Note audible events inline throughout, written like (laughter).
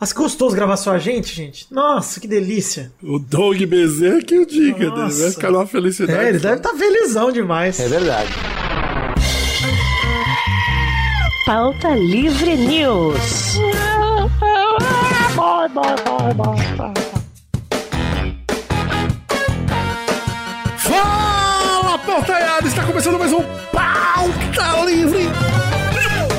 Mas que gostoso gravar só a gente, gente. Nossa, que delícia. O Doug Bezerra que o diga, né? ele vai ficar numa felicidade. É, ele deve estar felizão demais. É verdade. Pauta Livre News. Fala, portaiada! Está começando mais um Pauta Livre!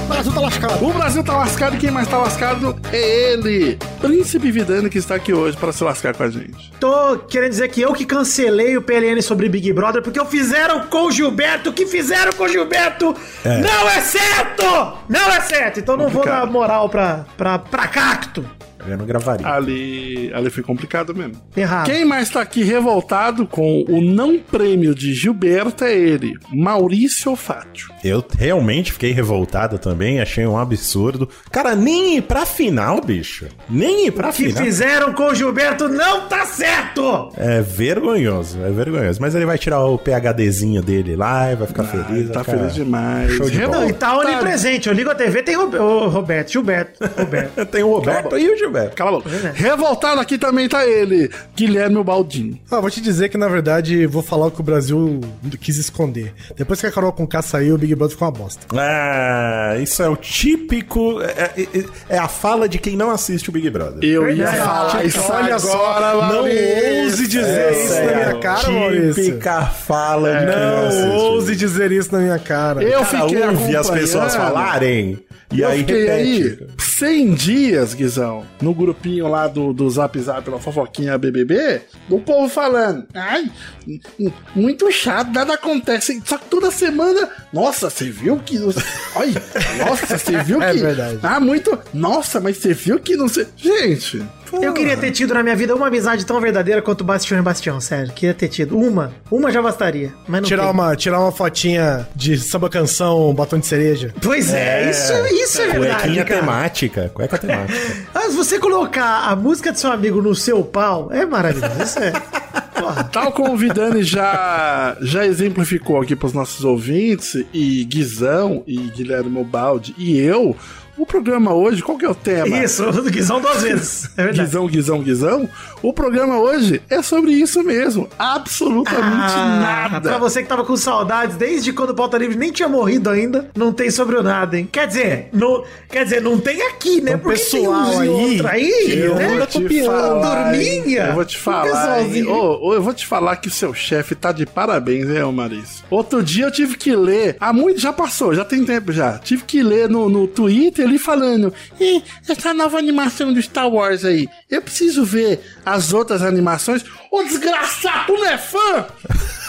O Brasil tá lascado. O Brasil tá lascado e quem mais tá lascado é ele, Príncipe Vidani, que está aqui hoje para se lascar com a gente. Tô querendo dizer que eu que cancelei o PLN sobre Big Brother porque eu fizeram com o Gilberto o que fizeram com o Gilberto. Não é certo! Não é certo! Então não vou Complicado. dar moral pra, pra, pra cacto. Eu não gravaria. Ali, ali foi complicado mesmo. Errado. Quem mais tá aqui revoltado com o não prêmio de Gilberto é ele, Maurício Fátio. Eu realmente fiquei revoltado também, achei um absurdo. Cara, nem ir pra final, bicho. Nem ir pra O que final. fizeram com o Gilberto não tá certo! né? É vergonhoso, é vergonhoso. Mas ele vai tirar o PHDzinho dele lá e vai Ah, ficar feliz. tá vai ficar- feliz demais. Show de Renan, Não, bola. e tá onipresente. Eu ligo a TV, tem Robe- ô, Roberto, Gilberto, Roberto. Tem o Roberto e o Gilberto. Cala a boca. Revoltado aqui também tá ele, Guilherme Baldinho. Ah, vou te dizer que, na verdade, vou falar o que o Brasil quis esconder. Depois que a Carol Conká saiu, o Big Brother ficou uma bosta. Ah, isso é o típico. É, é- é a fala de quem não assiste o Big Brother. Eu ia Verdade. falar isso Olha só, agora, não Maurício. ouse dizer Essa isso é na a minha cara, Maurício. Típica fala de quem não assiste. Não ouse dizer isso na minha cara. Eu Cara, fiquei ouve as acompanhando. pessoas falarem e Eu aí fiquei repete. aí 100 dias, Guizão, no grupinho lá do, do Zap Zap, na fofoquinha BBB, do povo falando, ai, m- m- muito chato, nada acontece. Só que toda semana, nossa, você viu que... não sei- Ai, nossa, você viu que... É verdade. Ah, muito... Nossa, mas você viu que não sei... Gente... Eu queria ter tido na minha vida uma amizade tão verdadeira quanto Bastião e Bastião, sério. Queria ter tido. Uma. Uma já bastaria. Mas não Tirar tem. uma, tirar uma fotinha de samba canção, um batom de cereja. Pois é, isso, isso é verdade, Cuequinha cara. temática. Cueca temática. Mas você colocar a música do seu amigo no seu pau é maravilhoso. Isso é. (laughs) Porra. Tal como o Vidani já, já exemplificou aqui para os nossos ouvintes, e Guizão, e Guilherme Baldi, e eu, o programa hoje, qual que é o tema? Isso, o do Guizão duas vezes. É verdade. Guizão, Guizão, Guizão. O programa hoje é sobre isso mesmo. Absolutamente Ah, nada. Pra você que tava com saudades desde quando o Pauta Livre nem tinha morrido ainda, não tem sobre o nada, hein? Quer dizer, não, quer dizer, não tem aqui, né? Um pessoal tem uns e aí outro aí, Eu né? vou te falar, hein? Turminha? Eu vou te Um falar. hein? Pessoalzinho. Ô, ô, eu vou te falar que o seu chefe tá de parabéns, hein, ô Maris? Outro dia eu tive que ler. Há muito. Já passou, já tem tempo já. Tive que ler no, no Twitter ele falando: Ih, essa nova animação do Star Wars aí. Eu preciso ver as outras animações. Ô, desgraçado, tu não é (laughs) fã?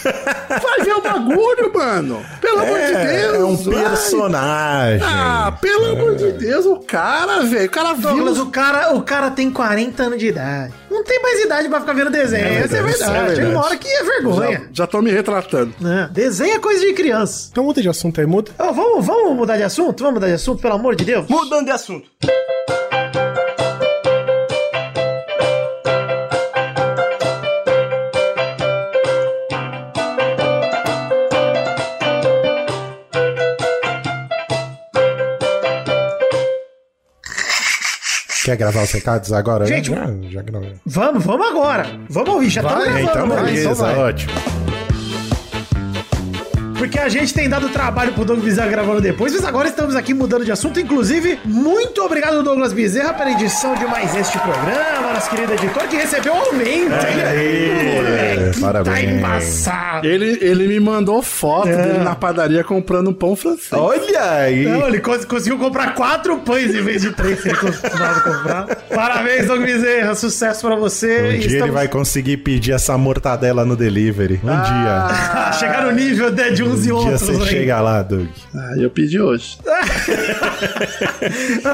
Vai ver o bagulho, mano. (laughs) Pelo amor de Deus. é um vai. personagem. Ah, pelo amor de Deus, o cara, velho. O cara viu Douglas, o cara, o cara tem 40 anos de idade. Não tem mais idade pra ficar vendo desenho. Essa é verdade, verdade. é Chega verdade. uma hora que é Já, vergonha. já tô me retratando. Né? Desenho é coisa de criança. Então muda de assunto aí, muda. Ó, vamos, vamos mudar de assunto? Vamos mudar de assunto, pelo amor de Deus? Mudando de assunto. Quer gravar os recados agora? Gente, um- já, já gravou. Vamos, vamos agora. Vamos ouvir, já estamos Vai, gravando. né? Então, vai, beleza, então vai. ótimo. Porque a gente tem dado trabalho pro Douglas Bezerra gravando depois, mas agora estamos aqui mudando de assunto. Inclusive, muito obrigado, Douglas Bezerra, pela edição de mais este programa, nosso querido editor, que recebeu um aumento. É. aí, Moleque, parabéns. Tá embaçado. Ele, ele me mandou foto dele na padaria comprando um pão francês. Olha aí. Um Não, ele cons- conseguiu comprar quatro pães em vez de três que ele costumava comprar. Parabéns, Douglas Bezerra. Sucesso pra você. Um dia ele vai conseguir pedir essa mortadela no delivery. Um chegar no nível de, de uns e dia. Um dia outros você aí. chega lá, Doug. Ah, eu pedi hoje.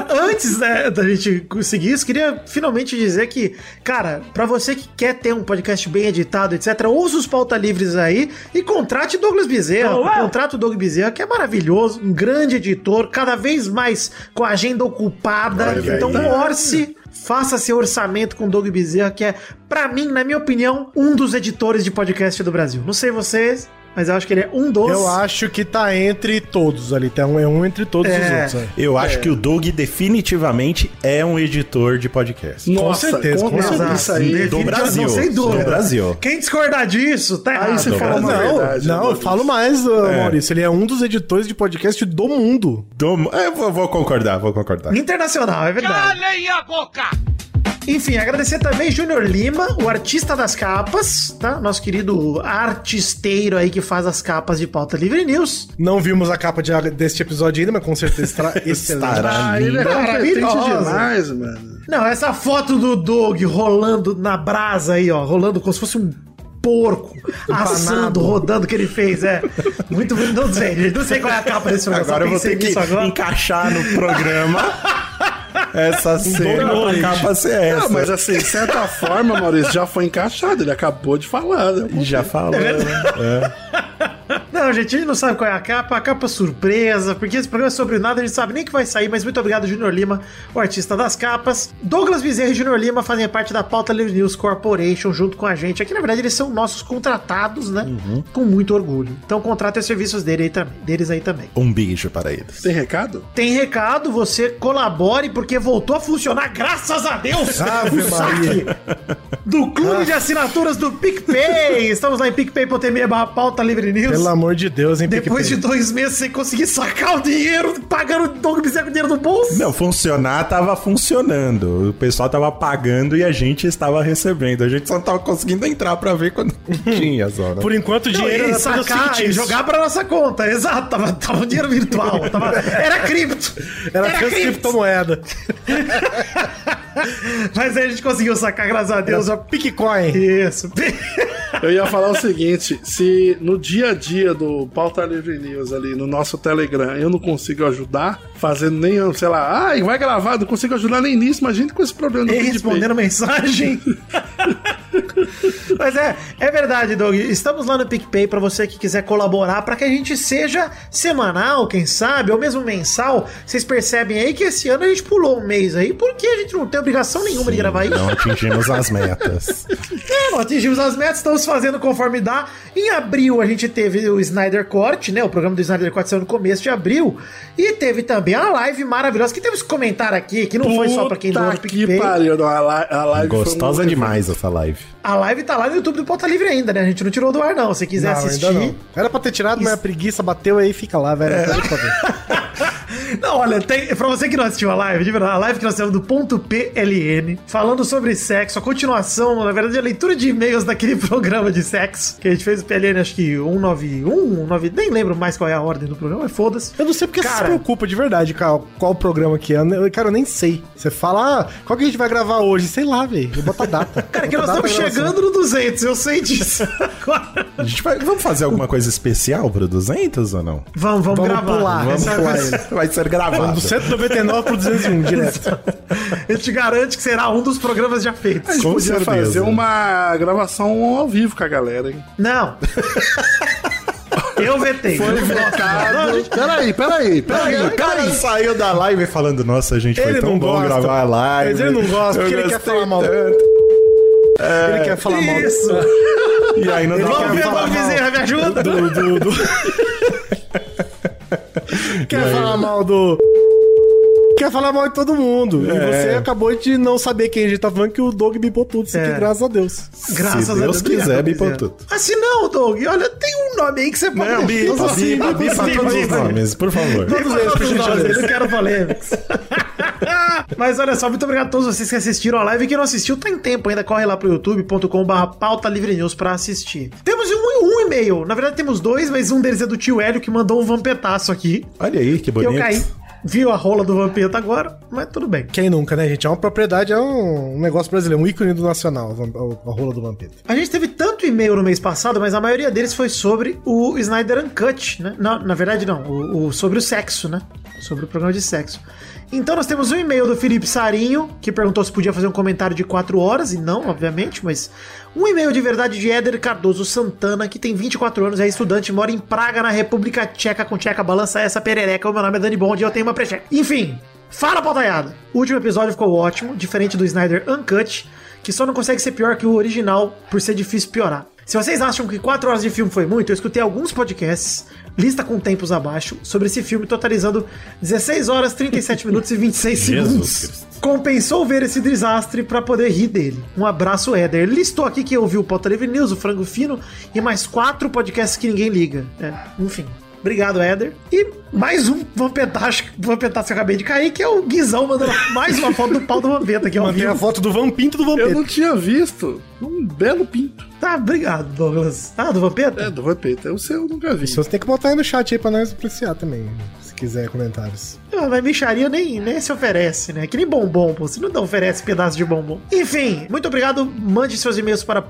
Antes né, da gente conseguir isso, queria finalmente dizer que, cara, pra você que quer ter um podcast bem editado, etc., ouça os pauta livres aí e contrate Douglas Bezerra. Contrata o Douglas Bezerra, que é maravilhoso, um grande editor, cada vez mais com a agenda ocupada. Olha então, aí. orce. Faça seu orçamento com o Doug Bezerra, que é, pra mim, na minha opinião, um dos editores de podcast do Brasil. Não sei vocês, mas eu acho que ele é um dos. Eu acho que tá entre todos ali. Tá um, é um entre todos É. os outros. né? Eu acho que o Doug definitivamente é um editor de podcast. Nossa, certeza, com certeza. certeza. Isso aí. é Definitivamente, Do Brasil. Não, sem dúvida. Do Brasil. Ah, Quem discordar disso, tá errado. Aí você do fala uma Brasil. Não, verdade. não, eu Maurício. falo mais, ô, Maurício. Ele é um dos editores de podcast do mundo. Dom- Eu É, vou, vou concordar, vou concordar. Internacional, é verdade. Calem a boca! Enfim, agradecer também Júnior Lima, o artista das capas, tá? Nosso querido artisteiro aí que faz as capas de pauta livre news. Não vimos a capa de- deste episódio ainda, mas com certeza estará (laughs) excelente. Ah, ele é competente Maravilhosa. demais, mano. Não, essa foto do Doug rolando na brasa aí, ó, rolando como se fosse um porco, Um assando, rodando que ele fez, é. Muito bonito, não sei, não sei qual é a capa desse filme, eu só Agora eu vou pensei ter que nisso agora. encaixar no programa essa Assim, cena bom pra capa ser essa. Não, mas assim, de (laughs) certa forma, Maurício, já foi encaixado. Ele acabou de falar, né? E já falou. né? Não, gente, a gente não sabe qual é a capa, a capa é surpresa, porque esse programa é sobre nada, a gente sabe nem que vai sair, mas muito obrigado, Junior Lima, o artista das capas. Douglas Bezerra e Junior Lima fazem parte da Pauta Livre News Corporation junto com a gente. Aqui, na verdade, eles são nossos contratados, né? Uhum. Com muito orgulho. Então contratem os serviços dele aí tam- deles aí também. Um beijo para eles. Tem recado? Tem recado, você colabore, porque voltou a funcionar, graças a Deus! (laughs) Ave Maria. Ah. do clube de assinaturas do PicPay! Estamos lá em picpay.me barra pauta livre news. Pelo amor de Deus, hein, Depois de PicPay. dois meses sem conseguir sacar o dinheiro, pagando o Doug Bezerra com o dinheiro do bolso. Não, funcionar tava funcionando. O pessoal tava pagando e a gente estava recebendo. A gente só não tava conseguindo entrar pra ver quando tinha só, né? Por enquanto, o Não, dinheiro e era tudo sacar e fictício. jogar pra nossa conta. Exato, tava, tava um dinheiro virtual. tava- era cripto. Era, era criptomoeda. Mas aí a gente conseguiu sacar, graças a Deus. Era ó. Bitcoin. Isso. Eu ia falar o seguinte: se no dia a dia do Pauta Livre News ali no nosso Telegram eu não consigo ajudar, fazendo nem, sei lá, ai, vai gravar, não consigo ajudar nem nisso, imagina com esse problema do E PicPay. respondendo (laughs) mensagem. Mas é, é verdade, Doug. Estamos lá no PicPay para você que quiser colaborar para que a gente seja semanal, quem sabe, ou mesmo mensal. Vocês percebem aí que esse ano a gente pulou um mês aí, porque a gente não tem obrigação nenhuma de gravar isso. Não atingimos as (laughs) metas. É, não atingimos as metas, estamos fazendo conforme dá. Em abril a gente teve o Snyder Corte, né? O programa do Snyder Corte saiu no começo de abril. E teve também a live maravilhosa, que temos comentário aqui, que não foi só pra quem doa Puta no que PicPay. pariu, não, a li- a live foi Gostosa muito- demais essa live. A live tá lá no YouTube do Pauta Livre ainda, né? A gente não tirou do ar, não. Se quiser Não, assistir. ainda não. Era pra ter tirado, mas a preguiça bateu aí, fica lá, velho. É. Até pra ver. Não, olha, tem, pra você que não assistiu a live, de verdade, a live que nós temos do ponto PLN, falando sobre sexo, a continuação, na verdade, a leitura de e-mails daquele (laughs) programa de sexo que a gente fez o PLN, acho que 191, 19, nem lembro mais qual é a ordem do programa, mas foda-se. Eu não sei porque você Cara. se preocupa de verdade, cara, qual programa que é. Eu- Cara, eu nem sei. Você fala, ah, qual que a gente vai gravar hoje? Sei lá, velho. Eu boto a data. (laughs) Cara, é que Eu nós boto a estamos data da gravação. chegando no 200, eu sei disso. (laughs) Agora, A gente vai, vamos fazer alguma coisa especial pro 200 ou não? vamos, vamos, Vamos gravar. pular, Vamos essa pular. (laughs) coisa- Vai ser gravado. Do 199 pro (laughs) 201, direto. (laughs) Eu te garanto que será um dos programas já A feitos. gente Com podia certeza. fazer uma gravação ao vivo com a galera, hein? (laughs) Não. Eu vetei. eu não gosto, não. Não, a gente Peraí, peraí, peraí. O cara Então, saiu da live falando, nossa, gente, foi Ele tão não bom gosta. gravar a live. Mas ele não gosta, porque ele quer falar mal. Ele quer É. falar mal. Isso. E aí não dá Vamos ver, pra Doug Bezerra, me ajuda. Do, do, (laughs) do... Quer falar mal do. Quer falar mal de todo mundo. E você acabou de não saber quem a gente tá falando, que o Doug bipou tudo. Isso aqui, É. graças a Deus. Graças Se a Deus. Deus quiser, obrigado, bipa Bezerra. tudo. Ah, se não, Doug, olha, tem um nome aí que você pode... Não, bipa, Todos assim, bipa, bipa, bipa bipa, todos os bipa. nomes, por favor. Todos eles, todos nós, eu não quero polêmicas. (laughs) Mas olha só, muito obrigado a todos vocês que assistiram a live. E quem não assistiu, tá em tempo ainda. Corre lá pro youtube.com.br pauta livre news pra assistir. Temos um, um e-mail. Na verdade, temos dois, mas um deles é do tio Hélio que mandou um vampetaço aqui. Olha aí, que Que bonito. eu caí. Viu a rola do vampeta agora, mas tudo bem. Quem nunca, né, gente? É uma propriedade, é um um negócio brasileiro, um ícone do nacional, a a rola do Vampeta. A gente teve tanto e-mail no mês passado, mas a maioria deles foi sobre o Snyder Uncut, né? Não, na verdade, não. O, o- sobre o sexo, né? Sobre o programa de sexo. Então nós temos um e-mail do Felipe Sarinho, que perguntou se podia fazer um comentário de 4 horas, e não, obviamente, mas. Um e-mail de verdade de Éder Cardoso Santana, que tem 24 anos, é estudante, mora em Praga, na República Tcheca, com tcheca, balança essa perereca. O meu nome é Dani Bond e eu tenho uma precheca. Enfim, fala, pautaiada! O último episódio ficou ótimo, diferente do Snyder Uncut que só não consegue ser pior que o original por ser difícil piorar. Se vocês acham que 4 horas de filme foi muito, eu escutei alguns podcasts, lista com tempos abaixo, sobre esse filme, totalizando 16 horas, 37 minutos e 26 Jesus segundos. Cristo. Compensou ver esse desastre pra poder rir dele. Um abraço, Éder. Ele listou aqui que ouviu o Pauta Livre News, o Frango Fino e mais quatro podcasts que ninguém liga. É, enfim. Obrigado, Éder. E mais um vampetástico, vampetástico que eu acabei de cair, que é o Guizão mandando mais uma foto do pau do Vampeta, que é um Mandei a foto do Vampinto do Eu Vampeta. não tinha visto. Um belo pinto. Tá, obrigado, Douglas. Ah, do Vampeta? É, do Vampeta. O seu eu nunca vi. Você tem que botar aí no chat aí pra nós apreciar também, se quiser comentários. Ah, Mas mixaria nem, nem se oferece, né? Que nem bombom, pô. Você não dá- oferece pedaço de bombom. Enfim, muito obrigado. Mande seus e-mails para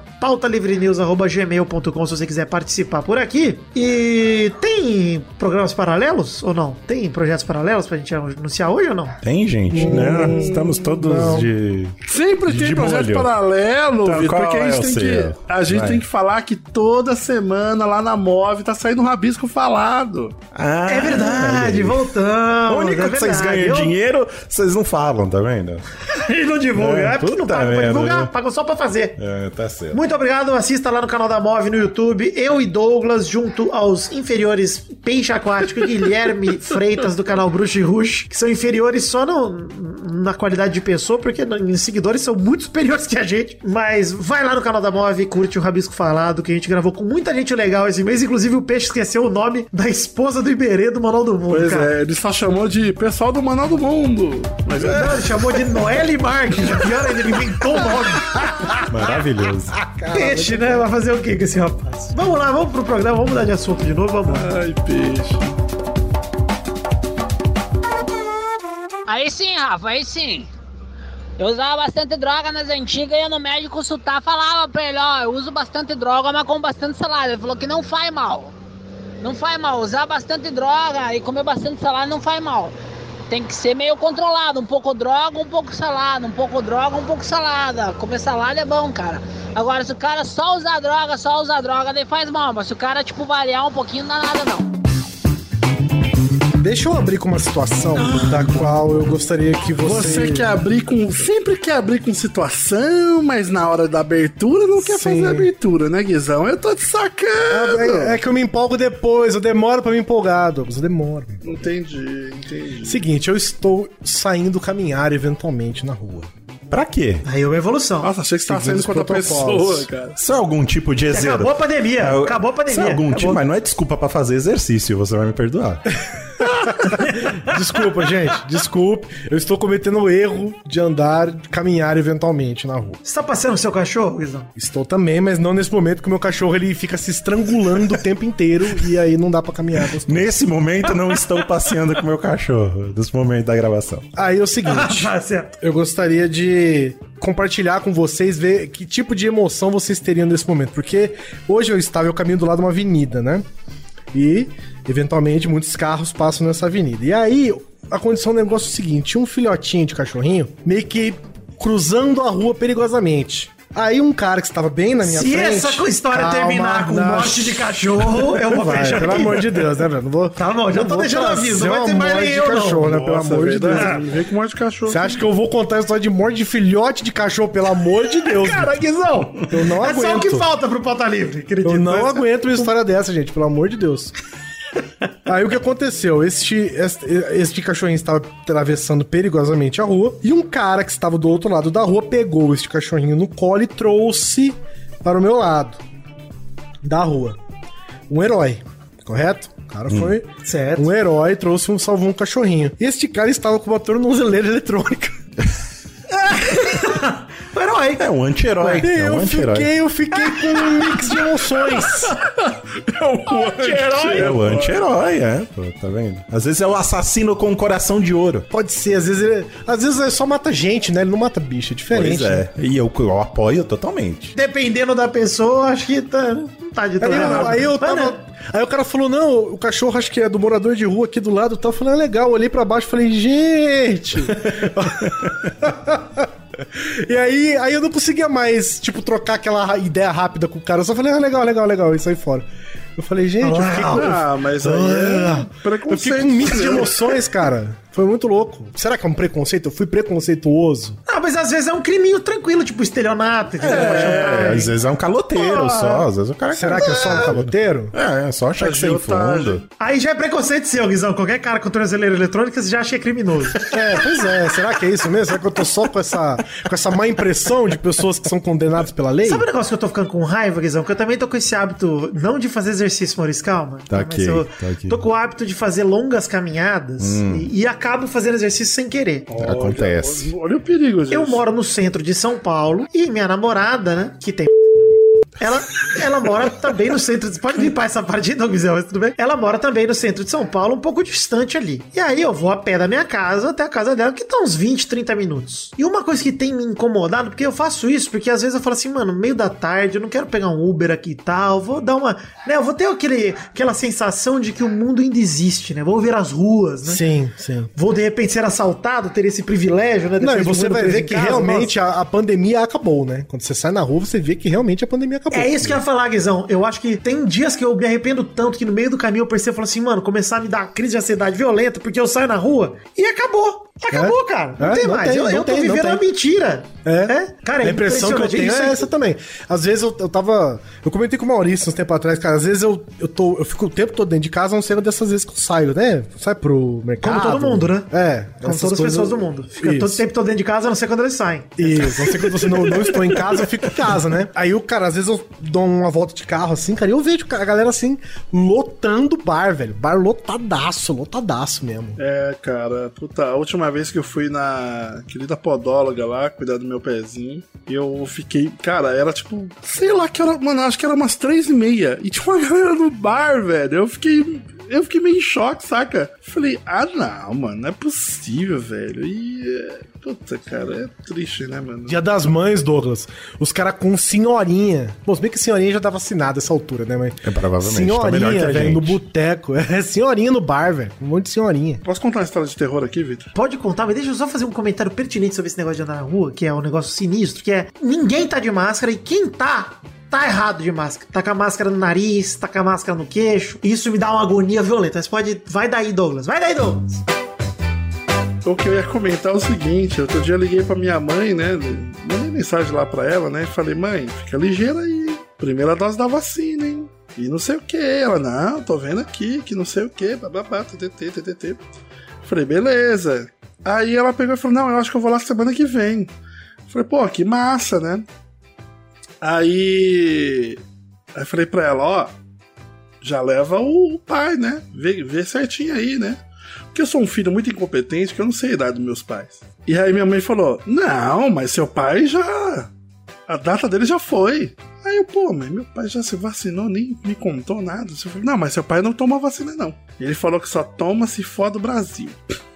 pautalivrenews.gmail.com se você quiser participar por aqui. E tem programas paralelos ou não? Tem projetos paralelos pra gente anunciar hoje ou não? Tem, gente, né? Estamos todos de. Sempre tem De projeto molho. paralelo, Então, Vitor, qual porque a é gente, o tem seu? que, a gente Vai. tem que falar que toda semana lá na Move tá saindo um rabisco falado. Ah, É verdade, voltamos. O único é que vocês verdade. ganham Eu- (laughs) dinheiro, vocês não falam, tá vendo? Eles não divulgam. É, É, porque não puta pagam pra merda, divulgar, né? pagam só pra fazer. É, tá certo. Muito obrigado, assista lá no canal da Move no YouTube, eu e Douglas, junto aos inferiores Peixe Aquático e Guilherme Freitas do canal Bruxo e Rush, que são inferiores só no- na qualidade de pessoa, porque no- em seguidores são muito superiores que a gente. Mas vai lá no canal da Move, curte o Rabisco Falado, que a gente gravou com muita gente legal esse mês, inclusive o Peixe esqueceu o nome da esposa do Iberê do Manual do Mundo, Pois cara. é, ele só chamou de pessoal do Manual do Mundo. Mas é. Não, ele chamou de Noelle Marques, pior ainda, ele inventou o nome. Maravilhoso. Peixe, né? Vai fazer o que com esse rapaz? Vamos lá, vamos pro programa, vamos mudar de assunto de novo, vamos lá. Ai, peixe. Aí sim, Rafa, aí sim. Eu usava bastante droga nas antigas e eu no médico consultar falava pra ele, ó, eu uso bastante droga, mas com bastante salada. Ele falou que não faz mal. Não faz mal, usar bastante droga e comer bastante salada não faz mal. Tem que ser meio controlado, um pouco droga, um pouco salada, um pouco droga, um pouco salada. Comer salada é bom, cara. Agora, se o cara só usar droga, só usar droga, daí faz mal. Mas se o cara, tipo, variar um pouquinho, não dá nada não. Deixa eu abrir com uma situação da qual eu gostaria que você... Você quer abrir com. Sempre quer abrir com situação, mas na hora da abertura não quer Sim. fazer abertura, né, Guizão? Eu tô te sacando. É, é que eu me empolgo depois, eu demoro pra me empolgar, Douglas, eu demoro. Entendi, entendi. Seguinte, eu estou saindo caminhar eventualmente na rua. Pra quê? Aí é uma evolução. Nossa, achei que você tava Seguindo saindo com outra os protocolos. pessoa, cara. Isso é algum tipo de exercício? Acabou a pandemia, Ah, eu- acabou a Isso pandemia. é algum acabou. tipo, mas não é desculpa pra fazer exercício, você vai me perdoar. Desculpa, (laughs) gente, desculpe. Eu estou cometendo o erro de andar, de caminhar eventualmente na rua. Você tá passando o seu cachorro, (laughs) Guizão? Estou também, mas não nesse momento que o meu cachorro ele fica se estrangulando o tempo inteiro e aí não dá pra caminhar. Nesse momento, não estou passeando com meu cachorro, nesse momento da gravação. Aí é o seguinte, Tá certo. eu gostaria de compartilhar com vocês, ver que tipo de emoção vocês teriam nesse momento. Porque hoje eu estava, eu caminho do lado de uma avenida, né? E, eventualmente, muitos carros passam nessa avenida. E aí, a condição do negócio é o seguinte: tinha um filhotinho de cachorrinho meio que cruzando a rua perigosamente. Aí um cara que estava bem na minha Se frente. essa história Calma, terminar com não. morte de cachorro, eu vou Vai, fechar pelo aqui. amor de Deus, né, velho? Não vou. Tá bom, já não tô vou deixando trazer aviso, não vai uma ter mais morte de nem eu, não. cachorro, né? Pelo Nossa, amor de Deus. verdade, Me vem com morte de cachorro. Você acha que eu vou contar a história de morte de filhote de cachorro? Pelo amor de Deus. Cara, Guizão, Eu não é só o que aguento. falta pro Pauta Livre, acredito. (laughs) Eu não aguento uma história dessa, gente, pelo amor de Deus. Aí o que aconteceu? Este, este, este cachorrinho estava atravessando perigosamente a rua e um cara que estava do outro lado da rua pegou este cachorrinho no colo e trouxe para o meu lado da rua. Um herói, correto? O cara Hum. foi certo. um herói, trouxe um salvou um cachorrinho. Este cara estava com uma tornozeleira eletrônica. Um herói. É um anti-herói. É eu um anti-herói. fiquei, eu fiquei com um mix de (laughs) emoções. É o anti-herói, é, pô, tá vendo? Às vezes é o assassino com um coração de ouro. Pode ser, às vezes ele, às vezes ele só mata gente, né? Ele não mata bicho, é diferente. Pois é. né? E eu, eu apoio totalmente. Dependendo da pessoa, acho que tá, não tá de Aí, todo eu, errado. aí eu Mas, tava. né, Aí o cara falou: não, o cachorro acho que é do morador de rua aqui do lado e tal. Eu falei, ah, legal, eu olhei pra baixo e falei, gente! (laughs) e aí, aí eu não conseguia mais, tipo, trocar aquela ra- ideia rápida com o cara. Eu só falei, ah, legal, legal, legal, isso aí fora. Eu falei, gente, eu fiquei com, Ah, mas aí é eu fiquei com um mix de emoções, cara. Foi muito louco. Será que é um preconceito? Eu fui preconceituoso. Ah, mas às vezes é um criminho tranquilo, tipo estelionato, entendeu? É, às vezes é um caloteiro só. Às vezes o cara Será que eu Ah. sou um caloteiro? É, é só cheque sem Agiotagem. fundo. Aí já é preconceito seu, Guizão. Qualquer cara com tornozeleira eletrônica você já acha que é criminoso. É, pois é. Será que é isso mesmo? Será que eu tô só com essa, com essa má impressão de pessoas que são condenadas pela lei? Sabe o negócio que eu tô ficando com raiva, Guizão? Que eu também tô com esse hábito, não de fazer exercício, Maurício, calma. Tá Mas ok, eu tá ok. Hum. Tô com o hábito de fazer longas caminhadas e, e acabo fazendo exercício sem querer. Acontece. Olha o perigo, gente. Eu moro no centro de São Paulo e minha namorada, né, que tem. (laughs) Ela, ela mora também no centro. De, pode limpar essa parte aí, não, Guizão, mas tudo bem. Ela mora também no centro de São Paulo, um pouco distante ali. E aí eu vou a pé da minha casa até a casa dela, que tá uns 20, 30 minutos. E uma coisa que tem me incomodado, porque eu faço isso, porque às vezes eu falo assim, mano, meio da tarde, eu não quero pegar um Uber aqui e tal, vou dar uma. Né, eu vou ter aquele, aquela sensação de que o mundo ainda existe, né? Vou ver as ruas, né? Sim, sim. Vou de repente ser assaltado, ter esse privilégio, né? Não, depois e de você um ano vai preso ver em que casa, realmente a, a pandemia acabou, né? Quando você sai na rua, você vê que realmente a pandemia acabou. É isso que eu ia falar, Guizão. Eu acho que tem dias que eu me arrependo tanto que no meio do caminho eu percebo e falo assim, mano, começar a me dar crise de ansiedade violenta porque eu saio na rua e acabou. Acabou, É? cara. Não É, tem não mais. tem, eu, não eu tô tem, não vivendo tem. uma mentira. É. Cara, a impressão que eu tenho é essa também. Às vezes eu, eu tava. Eu comentei com o Maurício uns tempo atrás, cara. Às vezes eu, eu, tô, eu fico o tempo todo dentro de casa, a não ser dessas vezes que eu saio, né? Sai pro mercado. todo mundo, né? É. Como essas todas as coisas- pessoas do mundo. Fica Isso. todo tempo todo dentro de casa, a não ser quando eles saem. Isso, a não ser quando você não, não estou em casa, eu fico em casa, né? Aí eu, cara, às vezes eu dou uma volta de carro assim, cara, e eu vejo a galera assim, lotando o bar, velho. Bar lotadaço, lotadaço mesmo. É, cara, puta, a última vez que eu fui na querida podóloga lá, cuidar do meu pezinho, eu fiquei, cara, era tipo, sei lá que era, mano, acho que era umas três e meia, e tinha uma (laughs) galera no bar, velho, eu fiquei, eu fiquei meio em choque, saca? Falei, ah não, mano, não é possível, velho, e, é, puta, cara, é triste, né, mano? Dia das Mães, Douglas. Os caras com senhorinha. Bom, se bem que senhorinha já tá vacinada essa altura, né, mas. É, provavelmente, tá melhor que Senhorinha, a velho, gente. no boteco. É, senhorinha no bar, velho. Um monte de senhorinha. Posso contar uma história de terror aqui, Vitor? Pode contar, mas deixa eu só fazer um comentário pertinente sobre esse negócio de andar na rua, que é um negócio sinistro, que é ninguém tá de máscara e quem tá, tá errado de máscara. Tá com a máscara no nariz, tá com a máscara no queixo. Isso me dá uma agonia violenta. Mas pode. Vai daí, Douglas. Vai daí, Douglas. O que eu ia comentar é o seguinte, outro dia eu liguei pra minha mãe, né? Mandei mensagem lá pra ela, né? E falei, mãe, fica ligeira aí. Primeira dose da vacina, hein? E não sei o que. Ela, não, tô vendo aqui, que não sei o que, bababá, ttt, ttt. Falei, beleza. Aí ela pegou e falou, não, eu acho que eu vou lá semana que vem. Falei, pô, que massa, né? Aí. Aí eu falei pra ela, ó, já leva o o pai, né? Vê, vê certinho aí, né? Porque eu sou um filho muito incompetente, que eu não sei a idade dos meus pais. E aí minha mãe falou: Não, mas seu pai já. A data dele já foi. Aí eu, pô, mas meu pai já se vacinou, nem me contou nada. Você falou, não, mas seu pai não toma vacina, não. Ele falou que só toma se for do Brasil.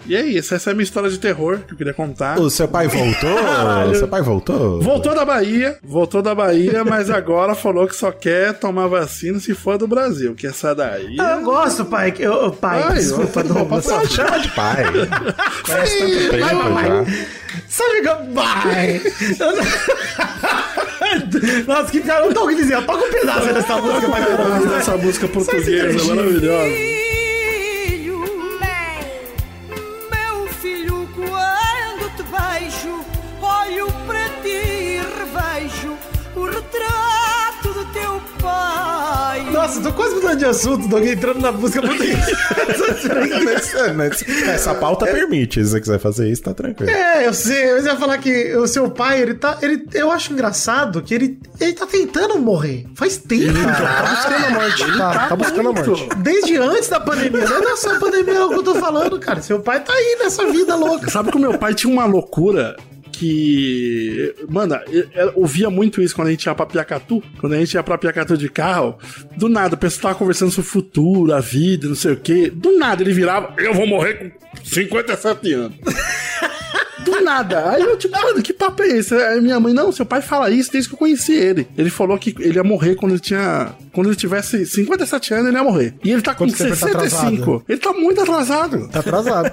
E é isso, essa é a minha história de terror que eu queria contar. O seu pai voltou? Caralho. seu pai voltou? Voltou da Bahia, voltou da Bahia, mas agora falou que só quer tomar vacina se for do Brasil, que essa daí. Eu gosto, pai. que- Eu, eu- pai, Ai, desculpa, eu- Douglas. papai- Chama de pai. Faz tanto tempo já. Só jogando. Vai! (laughs) Nossa, que cara. Douglas, toca um pedaço aí dessa música, pai. pelo amor de Deus. é Essa música portuguesa divertir. maravilhosa. Filho, bem, meu filho, quando te vejo, olho para ti e revejo o retrato do teu pai. Nossa, tô quase mudando de assunto, Douglas, entrando na música muito. (laughs) Impressionante. é, Essa pauta permite. Se você quiser fazer isso, tá tranquilo. É, eu sei, mas eu ia falar que o seu pai, ele tá. Ele, eu acho engraçado que ele, ele tá tentando morrer. Faz tempo, cara. Tá buscando a morte. Tá, tá buscando a morte. Desde antes da pandemia. Não é dessa pandemia que eu tô falando, cara. Seu pai tá aí nessa vida louca. Sabe que o meu pai tinha uma loucura que. Mano, eu, eu ouvia muito isso quando a gente ia pra Piacatu. Quando a gente ia pra Piacatu de carro, do nada, o pessoal tava conversando sobre o futuro, a vida, não sei o quê. Do nada ele virava, eu vou morrer com 57 anos. Do nada. Aí eu, tipo, mano, que papo é esse? Aí minha mãe, não, seu pai fala isso desde que eu conheci ele. Ele falou que ele ia morrer quando ele tinha. Quando ele tivesse 57 anos, ele ia morrer. E ele tá com Quanto tempo ele tá 65. atrasado? ele tá muito atrasado. Tá (laughs) atrasado.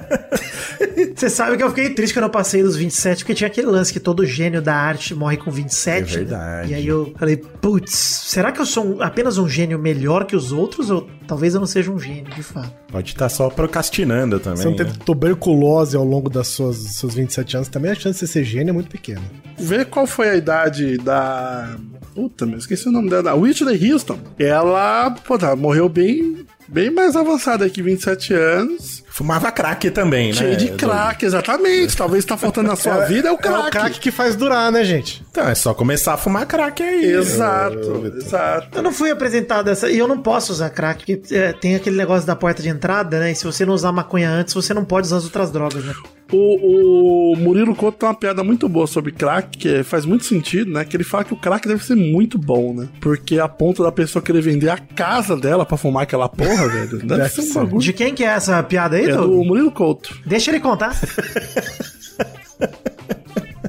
Você sabe que eu fiquei triste quando eu passei dos 27, porque tinha aquele lance que todo gênio da arte morre com 27. É verdade. né? E aí eu falei, putz, será que eu sou um- apenas um gênio melhor que os outros? Ou Talvez eu não seja um gênio, de fato. Pode estar só procrastinando também. Se não teve né? tuberculose ao longo das suas, seus 27 anos, também a chance de você ser gênio é muito pequena. Vê qual foi a idade da. Puta, meu, esqueci o nome dela. Da Whitney Houston. Ela, pô, tá, morreu bem, bem mais avançada que 27 anos. Fumava crack também, né? Cheia é de crack, exatamente. Talvez tá faltando na sua vida (laughs) é o crack. É o crack que faz durar, né, gente? Então, é só começar a fumar crack aí. Exato, exato. Eu não fui apresentado essa. E eu não posso usar crack, porque é, tem aquele negócio da porta de entrada, né? E se você não usar maconha antes, você não pode usar as outras drogas, né? O, o Murilo Couto tem uma piada muito boa sobre crack, que é, faz muito sentido, né? Que ele fala que o crack deve ser muito bom, né? Porque a ponto da pessoa querer vender a casa dela pra fumar aquela porra, velho. Deve, ser um bagulho. De quem que é essa piada aí, É Doug? do Murilo Couto. Deixa ele contar. (laughs)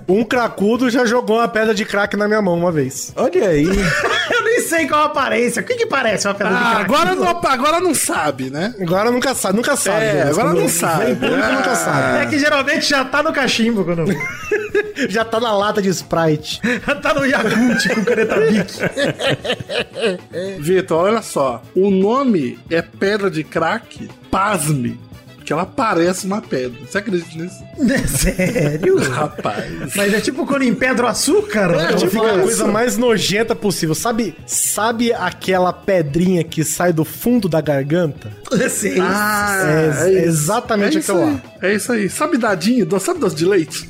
Um cracudo já jogou uma pedra de crack na minha mão uma vez. Olha aí. eu nem sei qual a aparência. O que que parece uma pedra de Ah, crack? agora não, agora não sabe, né? Agora nunca sabe, nunca sabe. É, Jonas, agora quando não sabe. vem público, Ah. nunca É sabe. que geralmente já tá no cachimbo quando Já tá na lata de Sprite. já tá no Yakult com caneta (laughs) bic. Vitor, olha só. O nome é Pedra de Crack, pasme. Que ela parece uma pedra. Você acredita nisso? É Sério? (laughs) Rapaz. Mas é tipo quando empedra o açúcar. Ela né? fica Fica- É tipo a coisa mais nojenta possível. Sabe, sabe aquela pedrinha que sai do fundo da garganta? Sim. Ah, é isso. exatamente é isso aquilo aí. É isso aí. Sabe dadinho? Doce- Sabe doce de leite?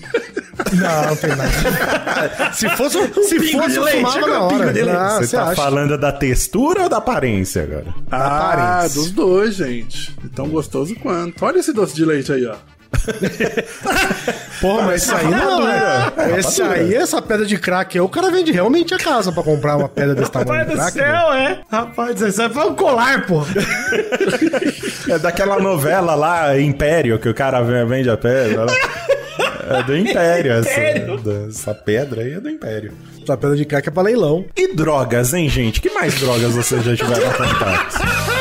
Não, não tem nada. se fosse, um, se pingo fosse de eu leite, fumava agora na um pingo hora. de leite. Ah, Você tá acha? falando da textura ou da aparência agora? Ah, Aparência. dos dois, gente. E Tão gostoso quanto. Olha esse doce de leite aí, ó. Porra, mas isso aí é não dura. Esse aí, essa pedra de crack, aí, o cara vende realmente a casa pra comprar uma pedra desse tamanho Rapaz de do crack. né? céu, é. Rapaz do céu, foi um colar, pô. É daquela novela lá, Império, que o cara vem- vende a pedra. lá. É do Império, essa, essa pedra aí é do Império. Essa pedra de crack é pra leilão. E drogas, hein, gente? Que mais drogas vocês já tiveram então? contato?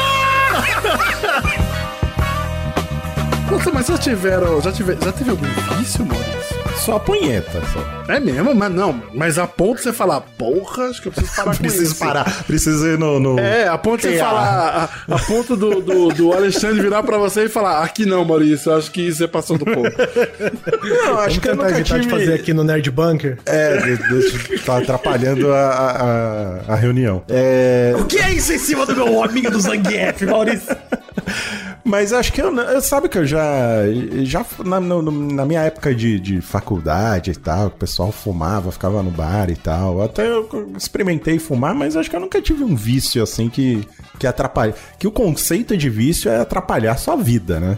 Nossa, mas já tiveram. Já, tiver, já teve algum vício, Maurício? Só punheta, só. É mesmo, mas não. Mas a ponto de você falar, porra, acho que eu preciso parar com Preciso isso. parar, preciso ir no... no- É, a ponto de você Tem a- falar. A, a ponto do, do, do Alexandre virar pra você e falar: aqui não, Maurício, acho que é você passou do (laughs) ponto. Não, acho Vamos é tentar evitar de fazer aqui no Nerd Bunker. É, de- deixa- tá atrapalhando a, a, a- a reunião. É, O que é isso em cima do meu amigo do Zangief, Maurício? mas acho que eu, não- eu sabe que eu já, já na, no- no- na minha época de, de faculdade e tal, o pessoal fumava, ficava no bar e tal. Até eu experimentei fumar, mas acho que eu nunca tive um vício assim que que atrapalha. Que o conceito de vício é atrapalhar sua vida, né?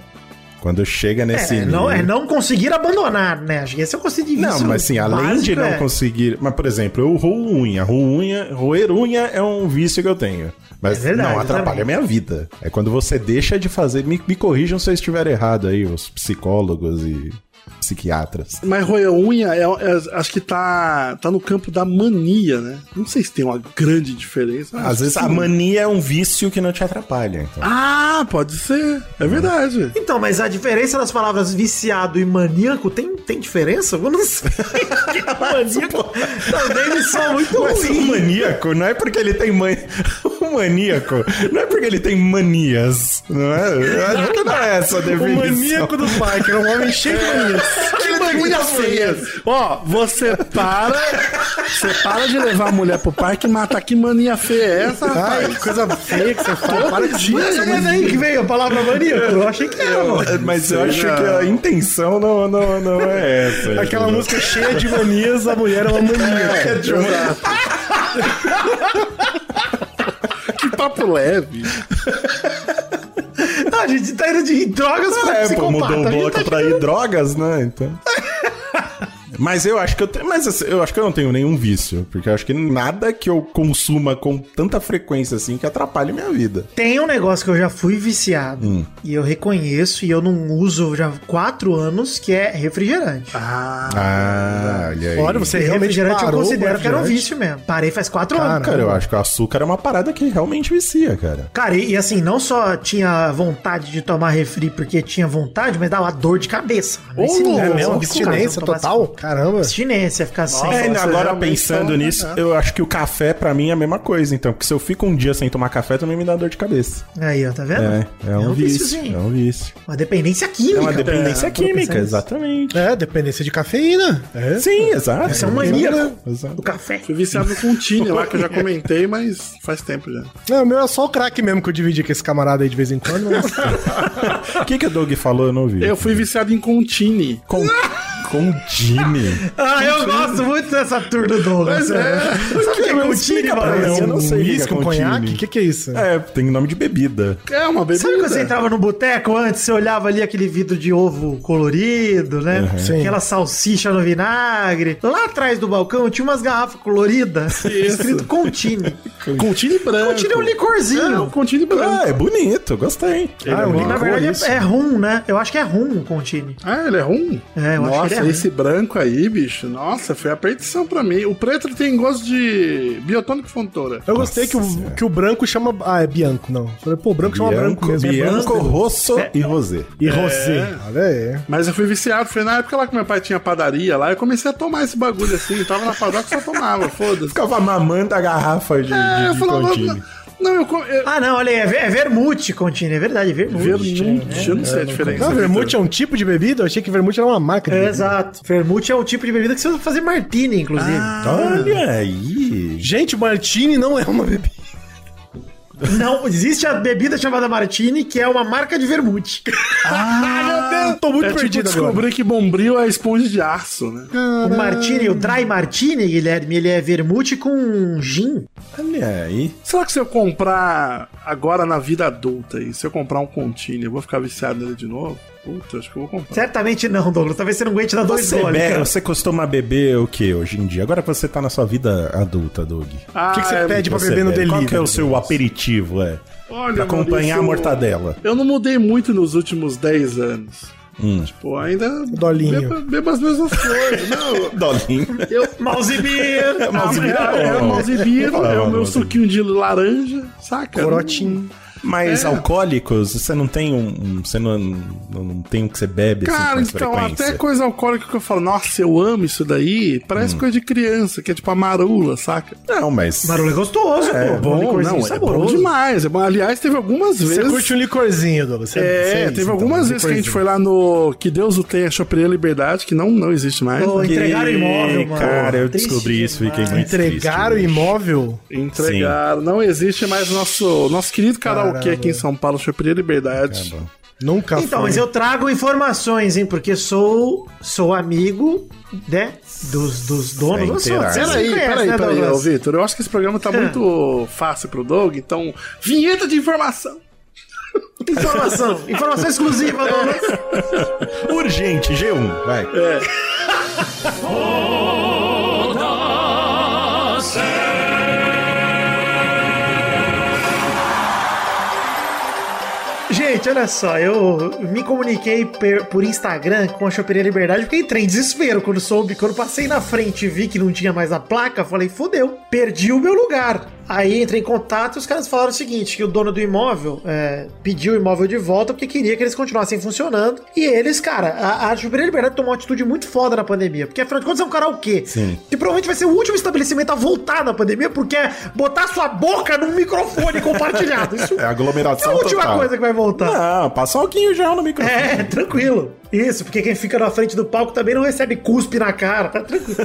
Quando chega nesse É, não, nível. é não conseguir abandonar, né? Acho que esse é o conceito de né? Não, vício mas assim, além básico, de não é. conseguir. Mas, por exemplo, eu roo unha. Roo unha, roer unha é um vício que eu tenho. Mas É verdade, não atrapalha também. a minha vida. É quando você deixa de fazer. Me, me corrijam se eu estiver errado aí, os psicólogos e psiquiatras. Mas roer unha, é- é- acho que tá, tá no campo da mania, né? Não sei se tem uma grande diferença. mas Às vezes sim. a mania é um vício que não te atrapalha. Então. Ah, pode ser. É verdade. Então, mas a diferença das palavras viciado e maníaco tem, tem diferença? Eu não (laughs) sei. (laughs) maníaco também me soa muito Mas o ruim. é assim, maníaco não é porque ele tem man... (laughs) o maníaco não é porque ele tem manias, não é? Eu Acho que não é essa a definição. do pai, que era um homem cheio de manias. Que mania feia. Ó, você para. Você para de levar a mulher pro parque e matar. Que mania feia é essa, rapaz? Ai, que coisa feia que você fala. Para de Mas é daí que veio a palavra maníaco. Eu achei que era, mano. (laughs) Mas eu acho que a intenção não, não, não é (laughs) essa. Aquela música cheia de manias, a mulher é uma mania. É, de uma- Que papo leve. Não, a gente tá indo de drogas pra é, pô, psicopata. mudou o A gente bloco tá- pra ir drogas, né? (laughs) Então. Mas eu acho que eu tenho. Mas assim, eu acho que eu não tenho nenhum vício. Porque eu acho que nada que eu consuma com tanta frequência assim que atrapalhe minha vida. Tem um negócio que eu já fui viciado Hum. e eu reconheço e eu não uso já há quatro anos, que é refrigerante. Ah, olha aí. Ah, Olha, você E realmente refrigerante eu parou com considero que era um refrigerante? vício mesmo. Parei faz quatro anos. Cara, eu acho que o açúcar é uma parada que realmente vicia, cara. Cara, e, e assim, não só tinha vontade de tomar refri porque tinha vontade, mas dava dor de cabeça. mano. Ô, Esse nível, é mesmo? cara, um Abstinência se eu tomasse- total? Caramba. Abstinência, você ficar sem. É, Nossa, agora realmente pensando tá- nisso, eu acho que o café pra mim é a mesma coisa, então. Porque se eu fico um dia sem tomar café, também me dá dor de cabeça. Aí, ó, tá vendo? É, é um, vício. É um vício. Uma dependência química. É uma dependência É, pra pensar química, nisso. exatamente. É, dependência de cafeína. É. Sim, exato. Essa é uma mania, né? Exato. Do café. Fui viciado com Tine lá, que eu já comentei, mas faz tempo já. Não, o meu é só o crack mesmo que eu dividi com esse camarada aí de vez (laughs) em quando. mas- O que, que a Doug falou? Eu não ouvi. Eu fui viciado em Contini. Com... Contine. Ah, eu gosto muito dessa tour do Douglas. é. Sabe o que é explica Contini, pra Maurício? mim, eu não sei o que é Whisky, um com conhaque? time. O que, que é isso? (laughs) É, tem nome de bebida. É uma bebida. Sabe quando você entrava no boteco antes, você olhava ali aquele vidro de ovo colorido, né? Sim. Aquela salsicha no vinagre. Lá atrás do balcão tinha umas garrafas coloridas escrito Contini. Contini branco. Contini é um É, licorzinho. um Contini branco. Ah, é bonito, gostei. Ah, eu li- Na cor verdade isso. é, é rum, né? Eu acho que é rum o Contini. Ah, ele é rum? É, eu acho Nossa, que ele é esse branco aí, bicho. Nossa, foi a perdição pra mim. O preto tem gosto de biotônico fontora. Eu gostei que o, que o branco chama. Ah, é Bianco, não. Eu Falei, pô, o branco chama branco mesmo. é Bianco, branco. Rosso e Rosé. E Rosé. Olha aí. Mas eu fui viciado, foi na época lá que meu pai tinha padaria lá, eu comecei a tomar esse bagulho assim, eu tava na padoca e só tomava, (laughs) foda-se. Ficava mamando a garrafa de, É, de, eu de falava, Contini. não, eu, co- eu Ah, não, olha aí, é, ver- é vermute Contini, é verdade, é vermute. Vermute, eu não sei a diferença. Ah, vermute é um tipo de bebida? Eu achei que vermute era uma marca de É, bebida. exato. Vermute é o tipo de bebida que você usa pra fazer martini, inclusive. Ah. Olha aí. Gente, Martini não é uma bebida. Não, existe a bebida chamada martini, que é uma marca de vermute. Ah, meu Deus, eu tô muito É tipo perdido agora. descobrir que bombril é esponja de arço, né? O martini, o dry martini, Guilherme, ele é vermute com um gin. Olha aí. Será que se eu comprar agora na vida adulta aí, se eu comprar um Contini, eu vou ficar viciado nele de novo? Puta, acho que eu vou comprar. Certamente não, Douglas. Talvez você não aguente dar dois Você, goles. be- cara. você costuma beber o que hoje em dia? Agora que você tá na sua vida adulta, Doug. Ah, O que, que você é- pede pra Você beber no bebe- Qual que é o delírio? seu aperitivo, é? Olha, Pra acompanhar a Maurício, mortadela. Eu não mudei muito nos últimos 10 anos. Tipo, ainda. Dolinho. Bebo, bebo as mesmas coisas. Não, Dolinho. eu. Malzibir! (laughs) Malzibir. Ah, É, é o Malzibir, Ah, é o meu Malzibir. suquinho de laranja, saca? Corotinho. Mas É. alcoólicos, você não tem um. um- Você não, não, não tem um que você bebe Cara, assim, então, até coisa alcoólica que eu falo, nossa, eu amo isso daí, parece coisa de criança, que é tipo a marula, saca? Não, mas. Barulho é gostoso, pô. Um licorzinho não, é bom saboroso. demais. É bom. Aliás, teve algumas vezes. Você curte um licorzinho, Douglas. Você- você É, isso, teve então, algumas um vezes que a gente licorzinho. foi lá no Que Deus o Tenha, Choperia Liberdade, que não, não existe mais. Pô, né? entregaram o imóvel, mano. Cara, eu Triste descobri isso, fiquei demais. muito Entregar o triste, bicho. imóvel? Entregaram. Não existe mais o nosso, nosso querido karaokê Caramba. aqui em São Paulo, Choperia Liberdade. Nunca Então, foi. mas eu trago informações, hein? Porque sou, sou amigo, né? Dos, dos donos. Eu sou- Interage. você Peraí, conhece, peraí, né, peraí, ô, Douglas? Vitor. Eu acho que esse programa É. tá muito fácil pro Doug, então, vinheta de informação. Informação. Informação exclusiva, Douglas. Urgente, G1, vai. Gente, olha só, eu me comuniquei per- por Instagram com a Choperia Liberdade, porque entrei em desespero quando soube, quando passei na frente e vi que não tinha mais a placa, falei, fodeu, perdi o meu lugar. Aí entrei em contato e os caras falaram o seguinte, que o dono do imóvel é, pediu o imóvel de volta porque queria que eles continuassem funcionando. E eles, cara, a, a Choperia Liberdade tomou uma atitude muito foda na pandemia, porque afinal de contas é um karaokê. Sim. Que provavelmente vai ser o último estabelecimento a voltar na pandemia, porque é botar sua boca num microfone compartilhado. Isso (laughs) É aglomeração é a última total. coisa que vai voltar. Não, Ah, passa o alquinho já no microfone. É, tranquilo. Isso, porque quem fica na frente do palco também não recebe cuspe na cara, tá (laughs) tranquilo.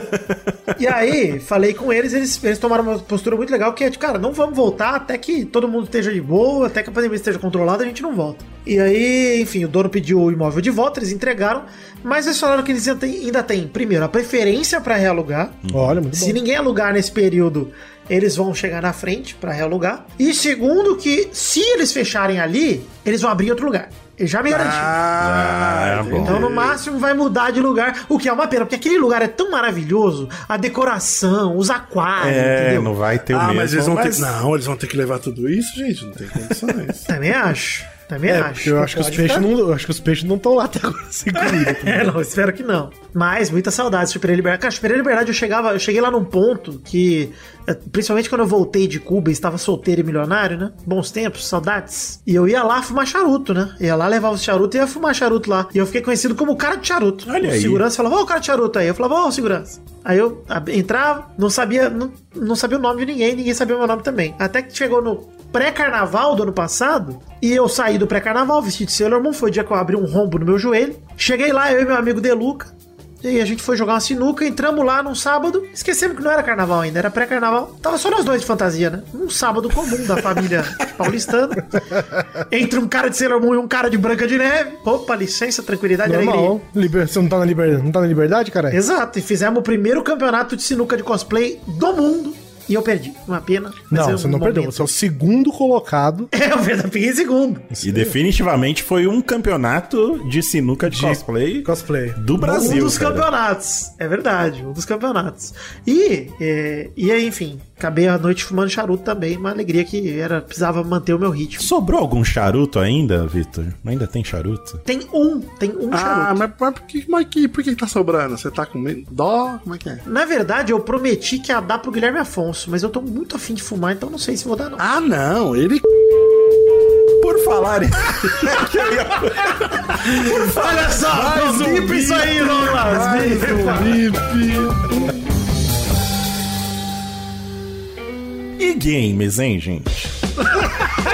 e aí, falei com eles, eles, eles tomaram uma postura muito legal, que é tipo, cara, não vamos voltar até que todo mundo esteja de boa, até que a pandemia esteja controlada, a gente não volta. E aí, enfim, o dono pediu o imóvel de volta, eles entregaram, mas eles falaram que eles ainda têm, ainda têm, primeiro, a preferência pra realugar, Olha, muito se Tá bom. ninguém alugar nesse período, eles vão chegar na frente para realugar. E segundo, que se eles fecharem ali, eles vão abrir em outro lugar. Eu já me garanti. Ah, Ah, bom. Então, no máximo, vai mudar de lugar, o que é uma pena, porque aquele lugar é tão maravilhoso, a decoração, os aquários, É, entendeu? não vai ter o ah, mesmo. mas eles vão ter mas- (laughs) que. Não, eles vão ter que levar tudo isso, gente. Não tem condições. Também acho. Também É, porque acho. eu acho que, os Pode peixes ficar. não, eu acho que os peixes não estão lá até agora (laughs) sem comida. É, não, espero que não. Mas muita saudade de Super Liberdade. Cara, Super Liberdade eu chegava, eu cheguei lá num ponto que, eh, principalmente quando eu voltei de Cuba e estava solteiro e milionário, né? Bons tempos, saudades. E eu ia lá fumar charuto, né? Ia lá levar os charutos e ia fumar charuto lá. E eu fiquei conhecido como o cara de charuto. Olha o aí. segurança falava, ó, o cara de charuto aí. Eu falava, ó, o segurança. Aí eu ab- entrava, não sabia, não, não sabia o nome de ninguém, ninguém sabia o meu nome também. Até que chegou no pré-carnaval do ano passado, e eu saí do pré-carnaval vestido de Sailor Moon, foi o dia que eu abri um rombo no meu joelho. Cheguei lá, eu e meu amigo Deluca, e a gente foi jogar uma sinuca, entramos lá num sábado, esquecemos que não era carnaval ainda, era pré-carnaval. Tava só nós dois de fantasia, né? Um sábado comum da (laughs) família paulistana. Entre um cara de Sailor Moon e um cara de Branca de Neve. Opa, licença, tranquilidade, alegria. Normal. Liber... Você não tá na liberdade, não tá na liberdade, caralho? Exato, e fizemos o primeiro campeonato de sinuca de cosplay do mundo. E eu perdi. Uma pena. mas Não, é um você não perdeu. momento. Você é o segundo colocado (laughs) É, eu perdi, eu peguei em segundo. E definitivamente foi um campeonato de sinuca de, De cosplay cosplay. do Brasil. um dos cara. campeonatos. É verdade, um dos campeonatos. E, é, e aí, enfim, acabei a noite fumando charuto também. Uma alegria que era precisava manter o meu ritmo. Sobrou algum charuto ainda, Vitor? Ainda tem charuto? Tem um, tem um Ah, charuto. mas, mas por, que, mas que- por que que tá sobrando? Você tá com medo? dó? Como é que é? Na verdade, eu prometi que ia dar pro Guilherme Afonso, mas eu tô muito afim de fumar, então não sei se vou dar, não. Ah, não, ele. Por falar em... Olha só, mais um bipa isso aí, vamos lá. Mais um VIP. E games, hein, gente?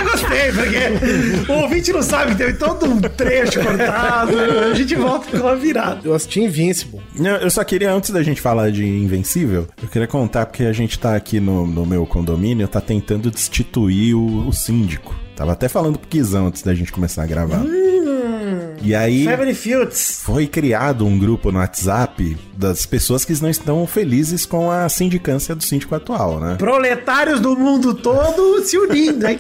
Gostei, porque o ouvinte não sabe que teve todo um trecho cortado. A gente volta com uma virada. Eu assisti Invincible. Eu eu só queria, antes da gente falar de Invencível, eu queria contar porque a gente tá aqui no, no meu condomínio, tá tentando destituir o, o síndico. Tava até falando pro Kizão antes da gente começar a gravar. e aí. Family Fields. Foi criado um grupo no WhatsApp das pessoas que não estão felizes com a sindicância do síndico atual, né? Proletários do mundo todo se unindo, hein?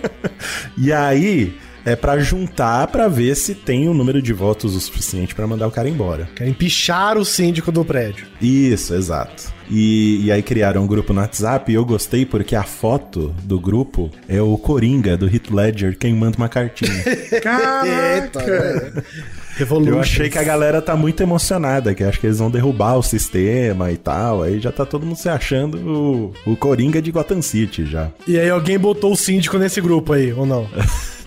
E aí é pra juntar pra ver se tem o número de votos o suficiente pra mandar o cara embora. Querem pichar é o síndico do prédio. Isso, exato. E, e aí criaram um grupo no WhatsApp e eu gostei porque a foto do grupo é o Coringa do Hit Ledger, quem manda uma cartinha. É, Eita, Revolution. eu achei que a galera tá muito emocionada, que acho que eles vão derrubar o sistema e tal. Aí já tá todo mundo se achando o, o Coringa de Gotham City já. E aí alguém botou o síndico nesse grupo aí, ou não?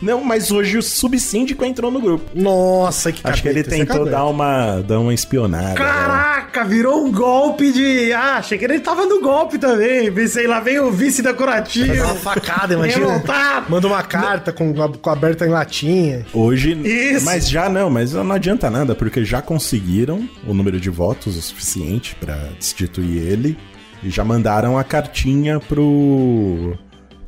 Não, mas hoje o subsíndico entrou no grupo. Nossa, que Acho que ele cadeta, esse é tentou cadeta. dar uma, dar uma espionada. né? Caraca, virou um golpe de. Ah, achei que ele tava no golpe também. Pensei, lá vem o vice da Vai dar Curativo. uma facada, imagina. Revoltado. Manda uma carta com, com aberta em latinha. Hoje. Isso. Mas já não, mas não adianta nada, porque já conseguiram o número de votos o suficiente pra destituir ele. E já mandaram a cartinha pro.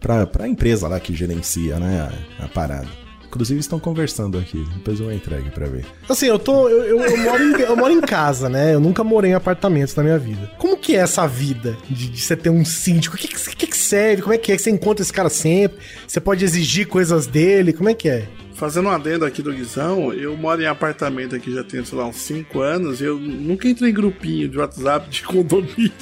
pra, pra empresa lá que gerencia, né? A, a parada. Inclusive estão conversando aqui. Depois eu entrego pra ver. Assim, eu tô. Eu, eu- eu moro em, eu moro em casa, né? Eu nunca morei em apartamentos na minha vida. Como que é essa vida de, de você ter um síndico? O que, que, que que serve? Como é que é? Você encontra esse cara sempre? Você pode exigir coisas dele? Como é que é? Fazendo um adendo aqui do Guizão, eu moro em apartamento aqui já tem, sei lá, uns 5 anos e eu nunca entrei em grupinho de WhatsApp de (laughs) condomínio.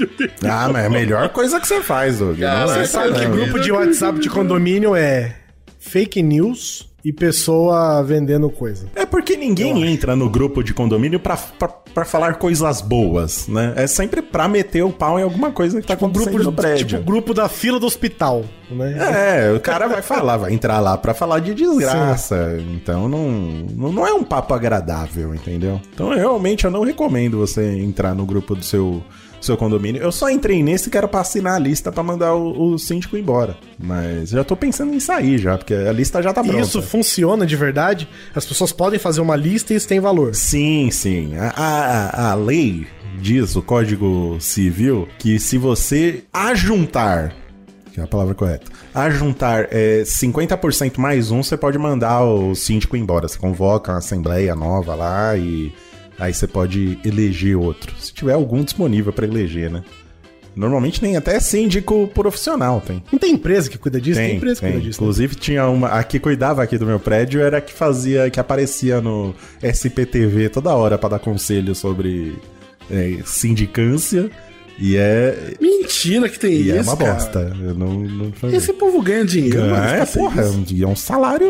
Ah, mas é a melhor coisa que você faz, Doug. Ah, Não Você é sabe essa, que não. Grupo de WhatsApp de condomínio é fake news e pessoa vendendo coisa. É porque ninguém entra no grupo de condomínio pra, pra, pra falar coisas boas, né? É sempre pra meter o pau em alguma coisa que tá Um acontecendo grupo, no prédio. tipo grupo da fila do hospital, né? É, o cara vai falar, vai entrar lá pra falar de desgraça. Então não, não não é um papo agradável, entendeu? Então eu realmente eu não recomendo você entrar no grupo do seu seu condomínio. Eu só entrei nesse que era pra assinar a lista pra mandar o, o síndico embora. Mas já tô pensando em sair já, porque a lista já tá E pronta. Isso funciona de verdade? As pessoas podem fazer uma lista e isso tem valor. Sim, sim. A, a, a lei diz, o Código Civil, que se você ajuntar, que é a palavra correta, ajuntar é, 50% mais um, você pode mandar o síndico embora. Você convoca uma assembleia nova lá e aí você pode eleger outro. Se tiver algum disponível pra eleger, né? Normalmente nem até síndico profissional tem. Não tem empresa que cuida disso? Tem, Tem, empresa que tem. cuida disso. né? Inclusive tinha uma. A que cuidava aqui do meu prédio era a que fazia, que aparecia no SPTV toda hora pra dar conselho sobre é, sindicância. E é. Mentira que tem E isso. é uma cara. bosta. Eu não, não Esse povo ganha dinheiro. mano, Ganha, pra fazer porra, é isso. um, é um salário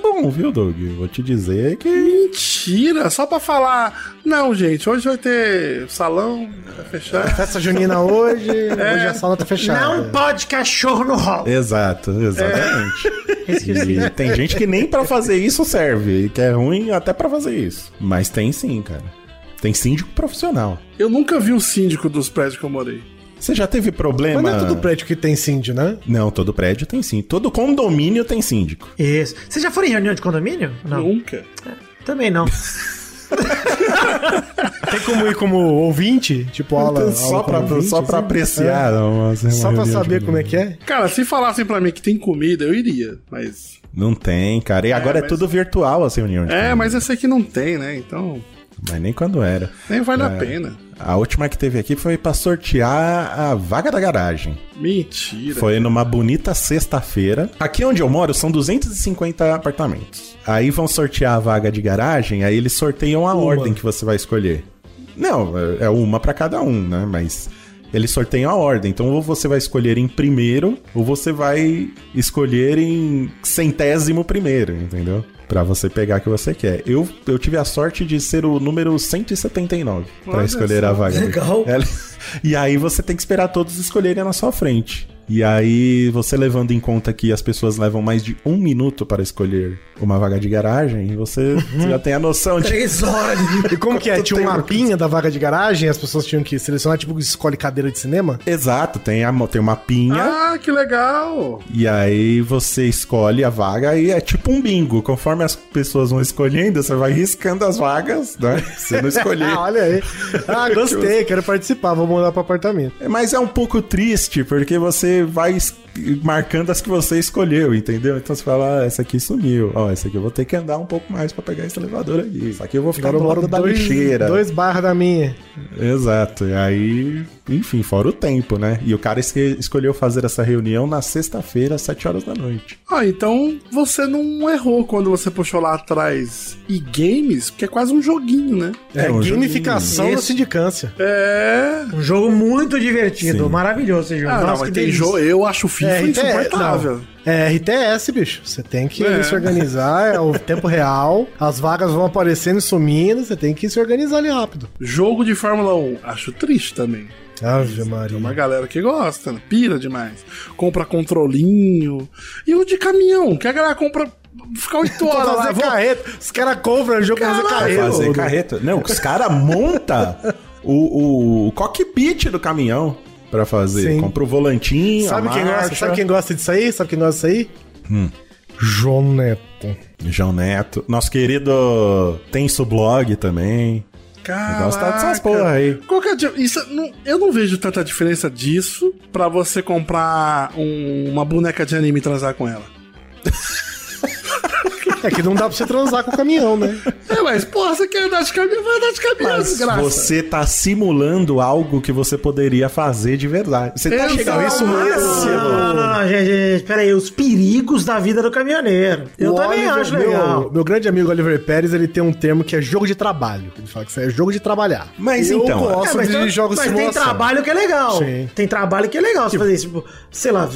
bom, viu, Doug? Vou te dizer que. Mentira, só pra falar. Não, gente, hoje vai ter salão, vai fechar. né? Festa junina hoje, hoje a sala tá fechada. Não pode cachorro no rolo. Exato, exatamente. É. E tem gente que nem pra fazer isso serve, e que é ruim até pra fazer isso. Mas tem sim, cara. Tem síndico profissional. Eu nunca vi o síndico dos prédios que eu morei. Você já teve problema? Mas não é todo prédio que tem síndio, né? Não, todo prédio tem sim. Todo condomínio tem síndico. Isso. Vocês já foram em reunião de condomínio? Não. Nunca. Também não. Tem como ir como ouvinte? Tipo, aula. Então, só, aula pra, como só ouvinte, pra assim? apreciar. uma- uma É. Só pra reunião de saber condomínio. como é que é? Cara, se falassem pra mim que tem comida, eu iria, mas. Não tem, cara. E agora é, mas- tudo virtual assim, reunião de É, condomínio. mas essa aqui não tem, né? Então, Mas nem quando era. nem vale É. a pena. A última que teve aqui foi pra sortear a vaga da garagem. Mentira. Foi numa bonita sexta-feira. Aqui onde eu moro são 250 apartamentos. Aí vão sortear a vaga de garagem, aí eles sorteiam a ordem que você vai escolher. Não, é é uma pra cada um, né? Mas eles sorteiam a ordem. Então ou você vai escolher em primeiro, ou você vai escolher em centésimo primeiro, entendeu? Pra você pegar o que você quer. Eu, eu tive a sorte de ser o número 179 pra Olha escolher só. a vaga. Legal. (laughs) Ela- E aí você tem que esperar todos escolherem na sua frente. E aí, você levando em conta que as pessoas levam mais de um minuto para escolher uma vaga de garagem, você já tem a noção de. Três horas de E como que é? Quanto Tinha um tempo? mapinha da vaga de garagem, as pessoas tinham que selecionar, tipo, escolhe cadeira de cinema? Exato, tem, a, mo- tem uma pinha. Ah, que legal! E aí você escolhe a vaga e é tipo um bingo. Conforme as pessoas vão escolhendo, você vai riscando as vagas, né? Você não escolher. Ah, olha aí. (laughs) Ah, gostei, quero participar, vou mandar pro apartamento. Mas é um pouco triste, porque você vai es- marcando as que você escolheu, entendeu? Então você fala, ah, essa aqui sumiu. Ó, essa aqui eu vou ter que andar um pouco mais pra pegar esse elevador aqui. Isso aqui eu vou ficar Agora eu do moro lado da dois, lixeira. dois barras da minha. Exato. E aí, enfim, fora o tempo, né? E o cara esque- escolheu fazer essa reunião na sexta-feira, às 7 horas da noite. Ah, então você não errou quando você puxou lá atrás e games, porque é quase um joguinho, né? É, um gamificação joguinho. da sindicância. É. Um jogo muito divertido, Sim. maravilhoso esse jogo. Ah, não, Nossa, mas que tem delícia. jogo, eu acho FIFA É, então, é, insuportável. É RTS, bicho. Você tem que É. se organizar, é o tempo real. As vagas vão aparecendo e sumindo, você tem que se organizar ali rápido. Jogo de Fórmula 1, acho triste também. Ave Tem Maria. uma galera que gosta, né? pira demais. Compra controlinho. E o de caminhão, que a galera compra. Fica 8 Pra horas lá, fazer vou- carreta. Os caras compram o jogo pra fazer Pra carreta. fazer carreta. Não, os caras montam o, o cockpit do caminhão pra fazer. Sim. Compra o volantinho, Sabe a quem, gosta, marcha. sabe quem gosta disso aí? Sabe quem gosta disso aí? João Neto. João Neto, nosso querido Tenso Blog também. Caraca. Gosta dessas porra aí. Qual que é a di- isso, não- eu não vejo tanta diferença disso pra você comprar um- uma boneca de anime e transar com ela. É que não dá pra você transar com o caminhão, né? É, mas porra, você quer andar de caminhão? Vai andar de caminhão, desgraça. Você tá simulando algo que você poderia fazer de verdade. Você tá Exato. chegando isso Não, não, máximo. não, gente, Ah, gente, peraí, os perigos da vida do caminhoneiro. (laughs) Eu O também Oliver- acho meu, legal. Meu grande amigo Oliver Pérez, ele tem um termo que é jogo de trabalho. Ele fala que isso é jogo de trabalhar. Mas Eu então, gosto É, mas de tem- jogos mas de tem simulação. trabalho que é legal. Sim. Tem trabalho que é legal você fazer isso. Tipo, sei lá,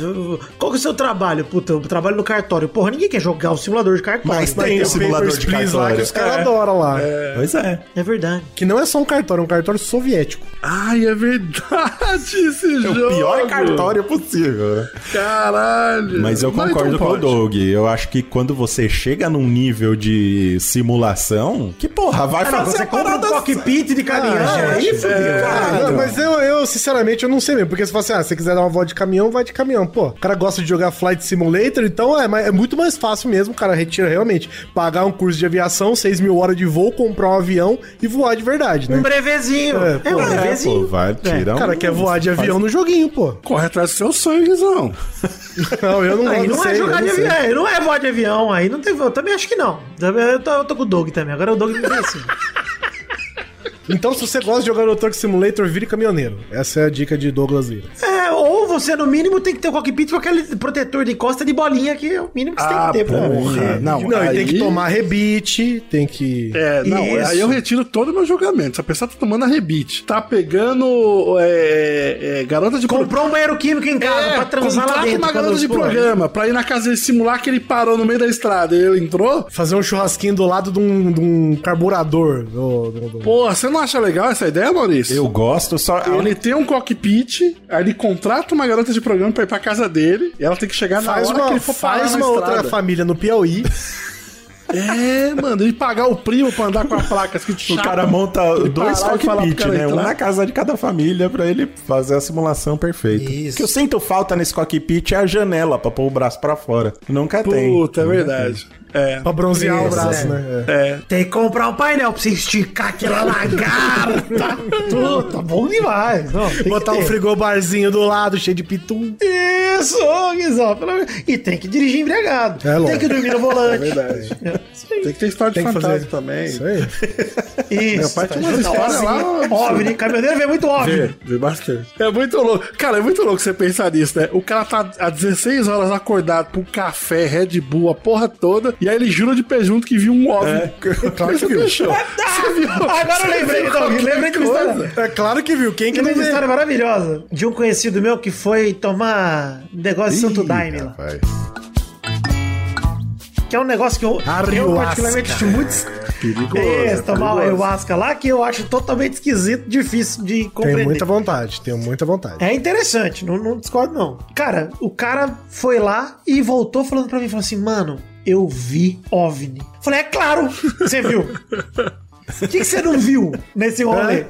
qual que é o seu trabalho? Puta, o trabalho no cartório. Porra, ninguém quer jogar o simulador de cartório. Mas né? tem o Papers, simulador de Please lá que cartório. os caras É. adoram lá. Pois é. É verdade. Que não é só um cartório, é um cartório soviético. Ai, é verdade esse jogo. É O pior cartório possível, né? Caralho. Mas eu Não, concordo então com o pode. Doug. Eu acho que quando você chega num nível de simulação, que porra, vai Ah, não, fazer você a compra um parada cockpit de caminhão. Ah, aí gente, fudeu. É, Ah, então. Caralho. não, mas eu, eu, sinceramente, eu não sei mesmo. Porque se você, ah, se você quiser dar uma volta de caminhão, vai de caminhão. Pô, o cara gosta de jogar Flight Simulator, então é, mas é muito mais fácil mesmo. O cara retira realmente. Pagar um curso de aviação, 6 mil horas de voo, comprar um avião e voar de verdade, né? Um brevezinho. É, É, pô, um é, É, pô, brevezinho. vai tirar O cara um- quer voar de avião no joguinho, pô. Corre atrás do seu sonho, Guizão. Não, eu não Aí não, gosto é sei, eu jogar de sei. avião, aí não é voar de avião, aí não tem. Eu também acho que não. Eu tô, eu tô com o Doug também. Agora o Doug me vê assim. Então, se você gosta de jogar no Truck Simulator, vire caminhoneiro. Essa é a dica de Douglas Lira. É, ou você, no mínimo, tem que ter o cockpit com aquele protetor de costa de bolinha, que é o mínimo que você Ah, tem que ter. pô. porra. Não, Não, e tem que aí- tomar rebite, tem que. É, não, Isso. aí eu retiro todo o meu julgamento. Se a pessoa tá tomando a rebite, tá pegando é, é, garota de pro- Comprou um banheiro químico em casa É, pra transar lá contrata dentro. uma quando- garota de pô, programa pra ir na casa dele simular que ele parou no meio da estrada e ele entrou. Fazer um churrasquinho do lado de um, de um carburador. do- do- do- Porra, você não acha legal essa ideia, Maurício? Eu gosto, só. a Ele tem um cockpit, aí ele contrata uma garota de programa pra ir pra casa dele, e ela tem que chegar na Faz hora que uma, ele for parar faz na uma outra estrada. família no Piauí. (laughs) É, mano, e pagar o primo pra andar com a placa assim, tipo, escrito O chapa. cara monta dois parar e falar pro cockpit, cara né? Um entrar. na casa de cada família pra ele fazer a simulação perfeita. Isso. O que eu sinto falta nesse cockpit é a janela pra pôr o braço pra fora. Nunca tem. Puta, é verdade. É. pra bronzear o Isso, braço, é. né? É. Tem que comprar um painel pra você esticar aquela lagarta. Puta, bom demais. Não, tem que Botar ter. um frigobarzinho do lado, cheio de pitum. Isso, Guizão. pelo amor- E tem que dirigir embriagado. É, tem lógico. que dormir no volante. Tem que ter história de Tem que fantasma fazer. também. Isso aí. Isso. tá Meu pai tinha umas histórias lá, Óbvio, né? Caminhoneiro vê muito óbvio. Vê, vê bastante. É muito louco. Cara, é muito louco você pensar nisso, né? O cara tá há 16 horas acordado pro café, Red Bull, a porra toda, e aí ele jura de pé junto que viu um óbvio. É, (laughs) Claro que você (laughs) viu. fechou. um Você viu? Agora eu lembrei, então. Lembrei de uma tá- história. É claro que viu. Quem que não Lembrei de uma viu? história maravilhosa de um conhecido meu que foi tomar um negócio de Santo Daime lá. rapaz. Que é um negócio que eu, que eu Ayahuasca. particularmente acho muito. Perigoso, É, é Isso, tá tomar o perigoso. ayahuasca lá, que eu acho totalmente esquisito, difícil de Tenho compreender. muita vontade, tenho muita vontade. É interessante, não, não discordo não. Cara, o cara foi lá e voltou falando pra mim, falou assim, mano, eu vi OVNI. Falei, é claro, você viu. O que, que você não viu nesse rolê?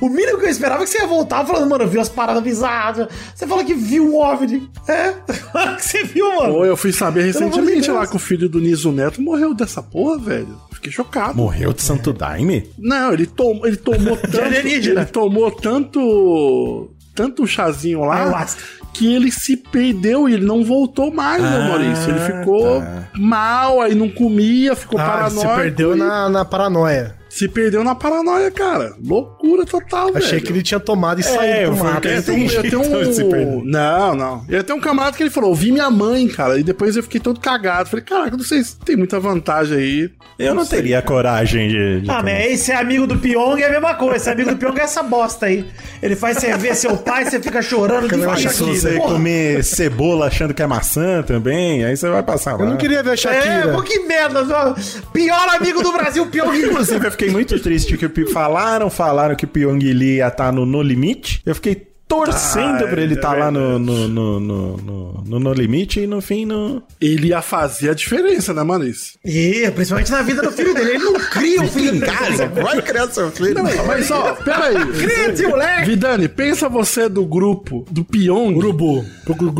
O mínimo que eu esperava é que você ia voltar falando, mano, eu vi umas paradas bizarras. Você fala que viu o OVNI. É, (laughs) claro que você viu, mano. Pô, eu fui saber Pelo amor de recentemente lá Deus. que o filho do Niso Neto morreu dessa porra, velho. Fiquei chocado. Morreu de Santo Daime? Não, ele, tom, ele (laughs) tomou tanto. alienígena. ele tomou tanto. Tanto chazinho É, lá Ayahuasca. que ele se perdeu e ele não voltou mais, né, Maurício. Ele ficou tá. mal, aí não comia, ficou Ah, paranoico. se perdeu e- na, na paranoia. se perdeu na paranoia, cara. Loucura total, velho. Achei que ele tinha tomado e saído eu do fui- mato. Eu tenho, eu tenho (laughs) Então, se um... perdeu. Não, não. Eu tenho um camarada que ele falou, eu vi minha mãe, cara, e depois eu fiquei todo cagado. Falei, caraca, não sei se tem muita vantagem aí. Eu não, teria coragem de. de Ah, mas aí ser amigo do Pyong é a mesma coisa. Ser amigo do Pyong é essa bosta aí. Ele faz você ver seu pai, você fica chorando. de tomar. Acha que né? você comer cebola achando que é maçã também, aí você vai passar lá. Eu não queria ver a É, Shakira. pô, que merda. só- Pior amigo do Brasil, Pyong. Inclusive, eu fiquei muito triste que o Pi- falaram, falaram que o Pyong Lee ia estar no No Limite. Eu fiquei torcendo Ah, pra ele é estar lá verdade. no no, no, no, no- no No Limite e no fim no. Ele ia fazer a diferença, né, Maurício? E, principalmente na vida do filho dele. Ele não cria o filho em casa. vai criar seu filho. Mas ó, peraí. Cria esse moleque. Vidani, pensa você do grupo do Pyong. Urubu.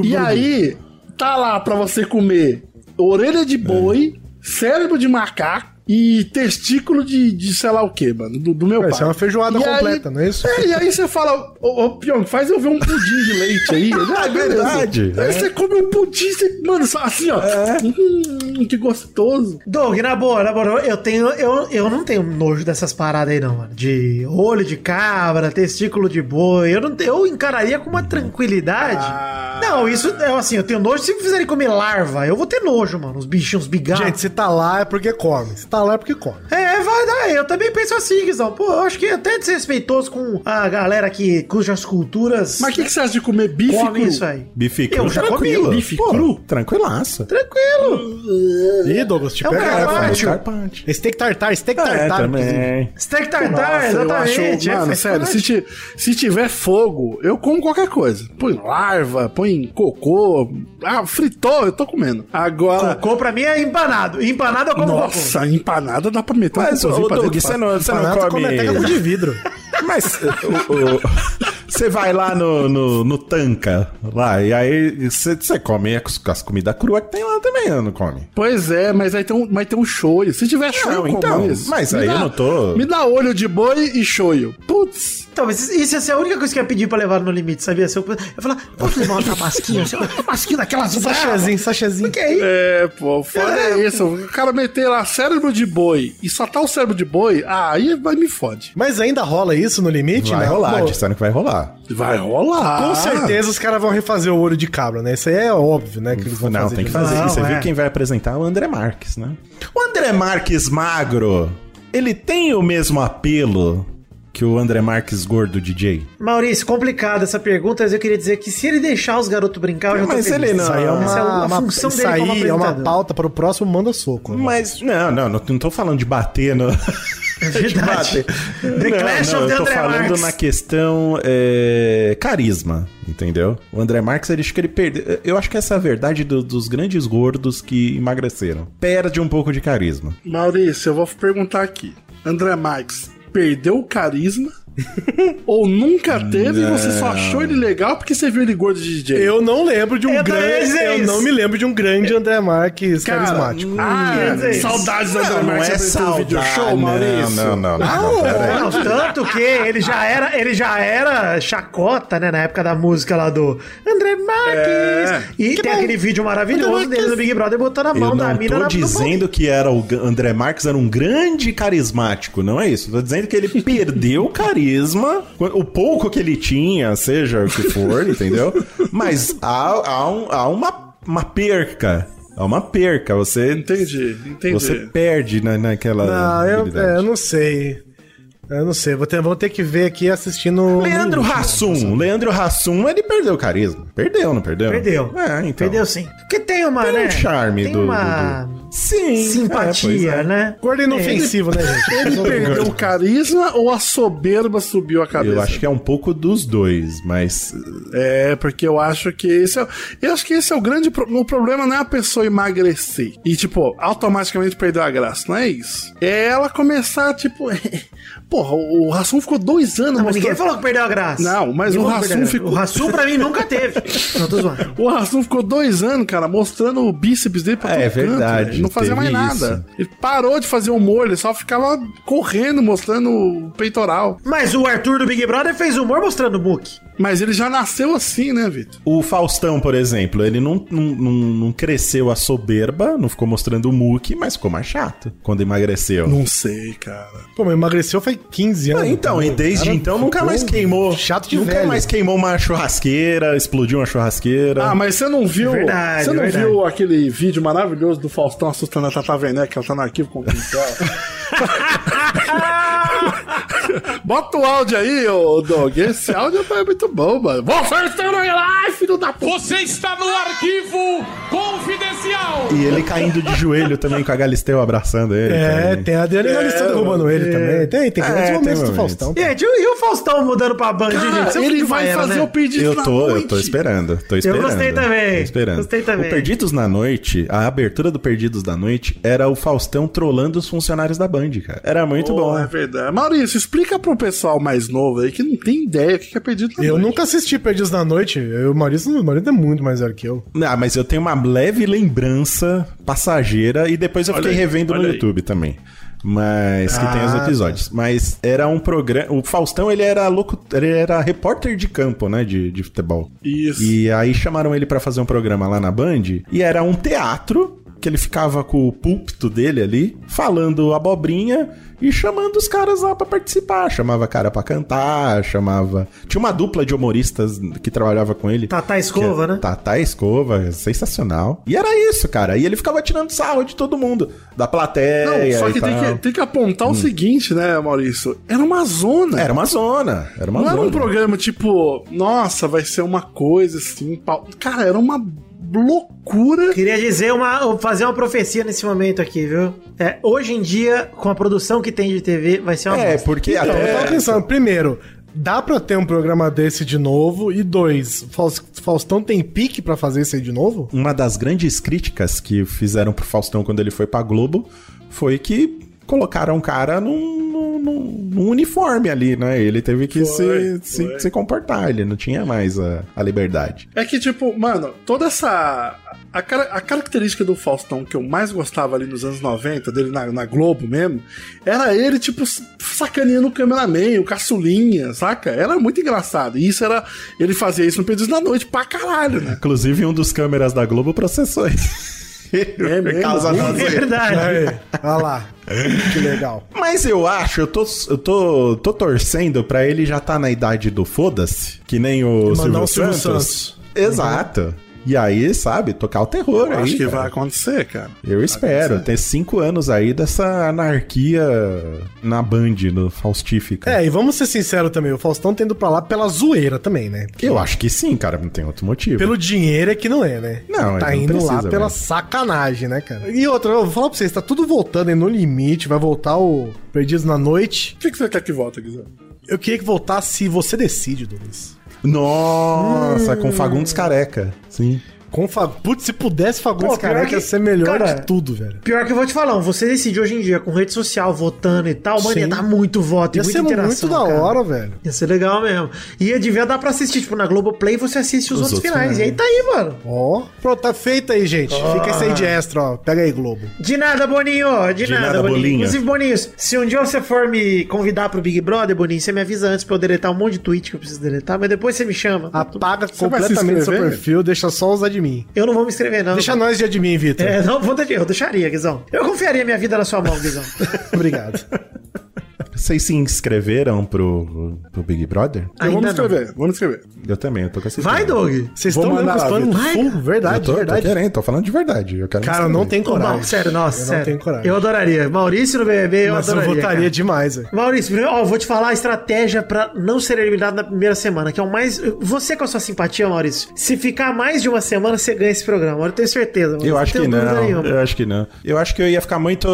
E aí, tá lá pra você comer orelha de boi, cérebro de macaco e testículo de, de sei lá o que, mano, do, do meu Vai pai. ser é uma feijoada E aí- completa, não é isso? É, e aí você fala, ô, ô Pyong, faz eu ver um pudim de leite aí. (laughs) É Ele, ah, beleza. verdade, Aí né? é. você come um pudim, você, mano, só assim, ó. É. Hum, que gostoso. Doug, na boa, na boa, eu tenho. Eu, eu não tenho nojo dessas paradas aí, não, mano. De olho de cabra, testículo de boi. Eu, não, te- eu encararia com uma tranquilidade. Não, isso é assim, eu tenho nojo. Se fizerem comer larva, eu vou ter nojo, mano. Os bichinhos, os bigatos. Gente, se tá lá é porque come. Se tá lá é porque come. É, vai dar. Eu também penso assim, Guizão. Pô, eu acho que é até desrespeitoso com a galera que cujas culturas Mas o que, que você acha de comer bife comem cru? isso aí. Bife cru. Eu já tranquilo. comi. Bife Pô, cru? Tranquilaço. Tranquilo. Ih, Douglas, te É Tá, um pega carpaccio. essa. Tio. Carpante. Steak tartar, steak É, tartar. assim, inclusive. também. Steak tartar, Nossa, eu acho- tá- exatamente. é, mano, faz sério, parte. se, tipo- ti- se tiver fogo, eu como qualquer coisa. Põe larva, põe cocô. Ah, fritou, eu tô comendo. Agora. Cocô pra mim é empanado. Empanado eu como cocô. Nossa, empanada dá pra meter um Mas, ô, cocôzinho ô, pra Doug, dentro você fácil. não, você não Panado come. come até com de vidro. (laughs) Mas o- o- você vai lá no, no, no tanca, lá, e aí você, você come as, as comidas cruas que tem lá também, não come. Pois é, mas aí tem um, mas tem um shoyu. Se tiver shoyu, eu como é então, mas aí eu não tô- Me dá olho de boi e shoyu. Putz. Então, mas isso ia ser a única coisa que eu ia pedir pra levar no limite, sabia? Se eu, eu ia falar, posso levar uma tabasquinha? Sei lá, tabasquinha daquelas brabas. Sachezinho, sachezinho. O que é isso? É, pô, foda é isso. O cara meter lá cérebro de boi e só tá o cérebro de boi, ah, aí vai me fode. Mas ainda rola isso no limite? Vai né? rolar, Pô, disseram que vai rolar. rolar. Vai rolar. Ah. Com certeza os caras vão refazer o olho de cabra, né? Isso aí é óbvio, né? Que eles vão Não, fazer tem que de- fazer. Não, E você é. viu quem vai apresentar? O André Marques, né? O André Marques magro, ele tem o mesmo apelo que o André Marques gordo DJ? Maurício, complicada essa pergunta, mas eu queria dizer que se ele deixar os garotos brincar, eu já tô Mas feliz. ele não- Isso aí é uma, Essa é a uma- função isso dele aí como é uma apresentador. pauta para o próximo manda soco. né? Mas, não, não, não, não tô falando de bater no... (laughs) É (laughs) verdade. The não, Clash não, of the eu tô André falando Marques. na questão é, carisma, entendeu? O André Marques, ele, acho que ele perdeu. Eu acho que essa é a verdade do- dos grandes gordos que emagreceram. Perde um pouco de carisma. Maurício, eu vou perguntar aqui. André Marques perdeu o (laughs) carisma? ou nunca teve e você só achou ele legal porque você viu ele gordo de DJ? Eu não lembro de um Eu também ia grande. dizer Eu isso. não me lembro de um grande André Marques Cara, é carismático. Ah, Quer dizer isso. saudades da André Marques apresentando o video show, é não, Maurício. Não, não, não. não, peraí. Não, tanto que ele já era, ele já era chacota, né, na época da música lá do André É. Marques. E tem aquele vídeo maravilhoso dele no Big Brother botando a mão Eu da não mina tô na no dizendo que era o G- André Marques era um grande carismático, não é isso. Eu Tô dizendo que ele perdeu o carisma, o pouco que ele tinha, seja o que for, entendeu? Mas há, há um- há uma, uma perca. Há uma perca. Você, Entendi, entendi. você perde na, naquela. Não, eu, habilidade. é, eu não sei. Eu não sei. Vou ter, vou ter que ver aqui assistindo. Leandro no- Hassum. Leandro Hassum, ele perdeu o carisma. Perdeu, não perdeu? Perdeu. É, então. Perdeu sim. Porque tem uma, Tem né? um charme tem do, do- uma do- Sim. simpatia, é, pois é. né? Gordo inofensivo, né, Ele gente? perdeu o carisma ou a soberba subiu a cabeça? Eu acho que é um pouco dos dois, mas É, porque eu acho que esse é, eu acho que esse é o grande pro- o problema não é a pessoa emagrecer e tipo automaticamente perder a graça, não é isso? É ela começar tipo, (laughs) porra, o o Rassum ficou dois anos Não, mas mostrando. ninguém falou que perdeu a graça. Não, mas Ninguém o falou que Rassum perdeu a graça. ficou- O Rassum pra mim nunca teve. Não, tô zoando. O Rassum ficou dois anos, cara, mostrando o bíceps dele pra É, todo canto, verdade, velho. Ele não fazia mais teve nada. Ele parou de fazer humor, ele só ficava correndo, mostrando o peitoral. Mas o Arthur do Big Brother fez humor mostrando o Book. Mas ele já nasceu assim, né, Vitor? o Faustão, por exemplo, ele não, não, não, não cresceu a soberba, não ficou mostrando o muque, mas ficou mais chato quando emagreceu. Não sei, cara. Pô, mas emagreceu faz 15 anos. Ah, então, e desde Cara, então nunca ficou mais queimou. Chato de nunca velho. mais queimou uma churrasqueira, explodiu uma churrasqueira. Ah, mas você não viu. Verdade, você não verdade. viu aquele vídeo maravilhoso do Faustão assustando a Tata Werneck, ela tá no arquivo com o pincel. (laughs) Bota o áudio aí, ô Doug. Esse áudio é muito bom, mano. Você está no live, filho da puta! Você está no arquivo confidencial. E ele caindo de joelho também com a Galisteu abraçando ele. É, também. tem a Adriana Galistão roubando ele também. Tem, tem grandes É, tem momentos do momentos. Faustão. Gente, e o Faustão mudando pra Band, gente? Isso é o que ele vai vai era, fazer né? o perdido Eu na tô, eu noite. tô esperando, tô esperando. gostei também, Tô esperando. gostei também. O Perdidos na Noite, a abertura do Perdidos da Noite era o Faustão trolando os funcionários da Band, cara. Era muito Pô, bom. É verdade. Maurício, explica pro pessoal mais novo aí que não tem ideia o que é perdido na Eu noite. nunca assisti Perdidos na Noite. Eu, o Maurício, o Maurício é muito mais velho que eu. Ah, mas eu tenho uma leve lembrança passageira e depois eu Olha fiquei aí, revendo no olha aí. YouTube também. Mas que tem os Ah, episódios. Mas era um programa. O Faustão, ele era louco. Ele era repórter de campo, né? De, de futebol. Isso. E aí chamaram ele pra fazer um programa lá na Band. E era um teatro que ele ficava com o púlpito dele ali, falando abobrinha e chamando os caras lá pra participar. Chamava cara pra cantar, chamava. Tinha uma dupla de humoristas que trabalhava com ele. Tatá Escova, né? Tatá Escova, sensacional. E era isso, cara. E ele ficava tirando sarro de todo mundo, da plateia. Não, só e que tem, tal. que tem que apontar o seguinte, né, Maurício? Era uma zona. Hum. Era uma zona. Era uma não zona. era um programa tipo, nossa, vai ser uma coisa assim. pau. Cara, era uma loucura. Queria dizer uma. fazer uma profecia nesse momento aqui, viu? É, hoje em dia, com a produção que tem de TV, vai ser uma É, (laughs) bosta. porque Então, eu tava até. pensando, primeiro, dá pra ter um programa desse de novo? E dois, Faus- Faustão tem pique pra fazer isso aí de novo? Uma das grandes críticas que fizeram pro Faustão quando ele foi pra Globo foi que colocaram o cara num, num- num- num uniforme ali, né? Ele teve que se, se- se comportar, ele não tinha mais a, a liberdade. É que, tipo, mano, toda essa. A, cara- a característica do Faustão que eu mais gostava ali nos anos 90, dele na, na Globo mesmo, era ele, tipo, s- sacaneando o cameraman, o caçulinha, saca? Era muito engraçado. E isso era. Ele fazia isso no Perdidos na Noite pra caralho, né? Inclusive, um dos câmeras da Globo processou isso. inteiro (laughs) É por mesmo? causa da zoeira. Verdade. Olha lá. Que legal. Mas eu acho, eu tô, eu tô, tô torcendo pra ele já tá na idade do foda-se, que nem o Mandar Silvio, o Silvio Santos. Exato. E aí, sabe, tocar o terror Eu aí. acho que cara. vai acontecer, cara. Eu espero. Tem cinco anos aí dessa anarquia na Band, no Faustífica. É, e vamos ser sinceros também, o Faustão tá indo pra lá pela zoeira também, né? Eu acho que sim, cara, não tem outro motivo. Pelo dinheiro é que não é, né? Não, tá ele não indo lá precisa, pela velho. sacanagem, né, cara? E outra, eu vou falar pra vocês, tá tudo voltando aí no limite, vai voltar o Perdidos na Noite. O que, que você quer que volte, Guizão? Eu queria que voltasse Você Decide, Douglas. Nossa, com Fagundes Careca. Sim. Com fa... Putz, se pudesse Fagundes Pô, pior Careca, que- ia ser melhor cara, de tudo, velho. Pior que eu vou te falar, um, você decide hoje em dia com rede social, votando e tal, mano, ia Sim. dar muito voto e Ia muita ser muito interação. da cara. hora, velho. Ia ser legal mesmo. E devia dar pra assistir, tipo, na Globoplay você assiste os, Os outros, outros finais. E aí tá aí, mano. Ó, pronto, tá feito aí, gente. Fica sem de extra, ó. Pega aí, Globo. De nada, Boninho. De, De nada, nada, Boninho. Bolinha. Inclusive, Boninho, se um dia você for me convidar pro Big Brother, Boninho, você me avisa antes pra eu deletar um monte de tweet que eu preciso deletar, mas depois você me chama. Apaga vai se completamente seu inscrever? perfil, deixa só os admin. Eu não vou me inscrever, não. Deixa nós de admin, Vitor. É, não, vou deixar, eu deixaria, Guizão. Eu confiaria minha vida na sua mão, (laughs) Guizão. (laughs) Obrigado. Vocês se inscreveram pro, pro Big Brother? Eu vou me Ainda não. inscrever, vou me inscrever. Eu também, eu tô com essa Vai, ideia. Doug. Vocês Vou estão olhando mandar com os lá, planos Vitor. full? Verdade, Eu tô, tô verdade. querendo, tô falando de verdade. Eu quero me Cara, eu não inscrever. tenho Ô, coragem. Mal, sério, nossa, eu sério. não tenho coragem. Eu adoraria. Maurício no BBB, eu Mas eu adoraria. votaria cara. demais, velho. Maurício, primeiro, ó, eu vou te falar a estratégia pra não ser eliminado na primeira semana, que é o mais. Você com a sua simpatia, Maurício, se ficar mais de uma semana, você ganha esse programa. Eu tenho certeza. Maurício, Eu acho que tenho dúvida não. nenhuma. Eu acho que não. Eu acho que eu ia ficar muito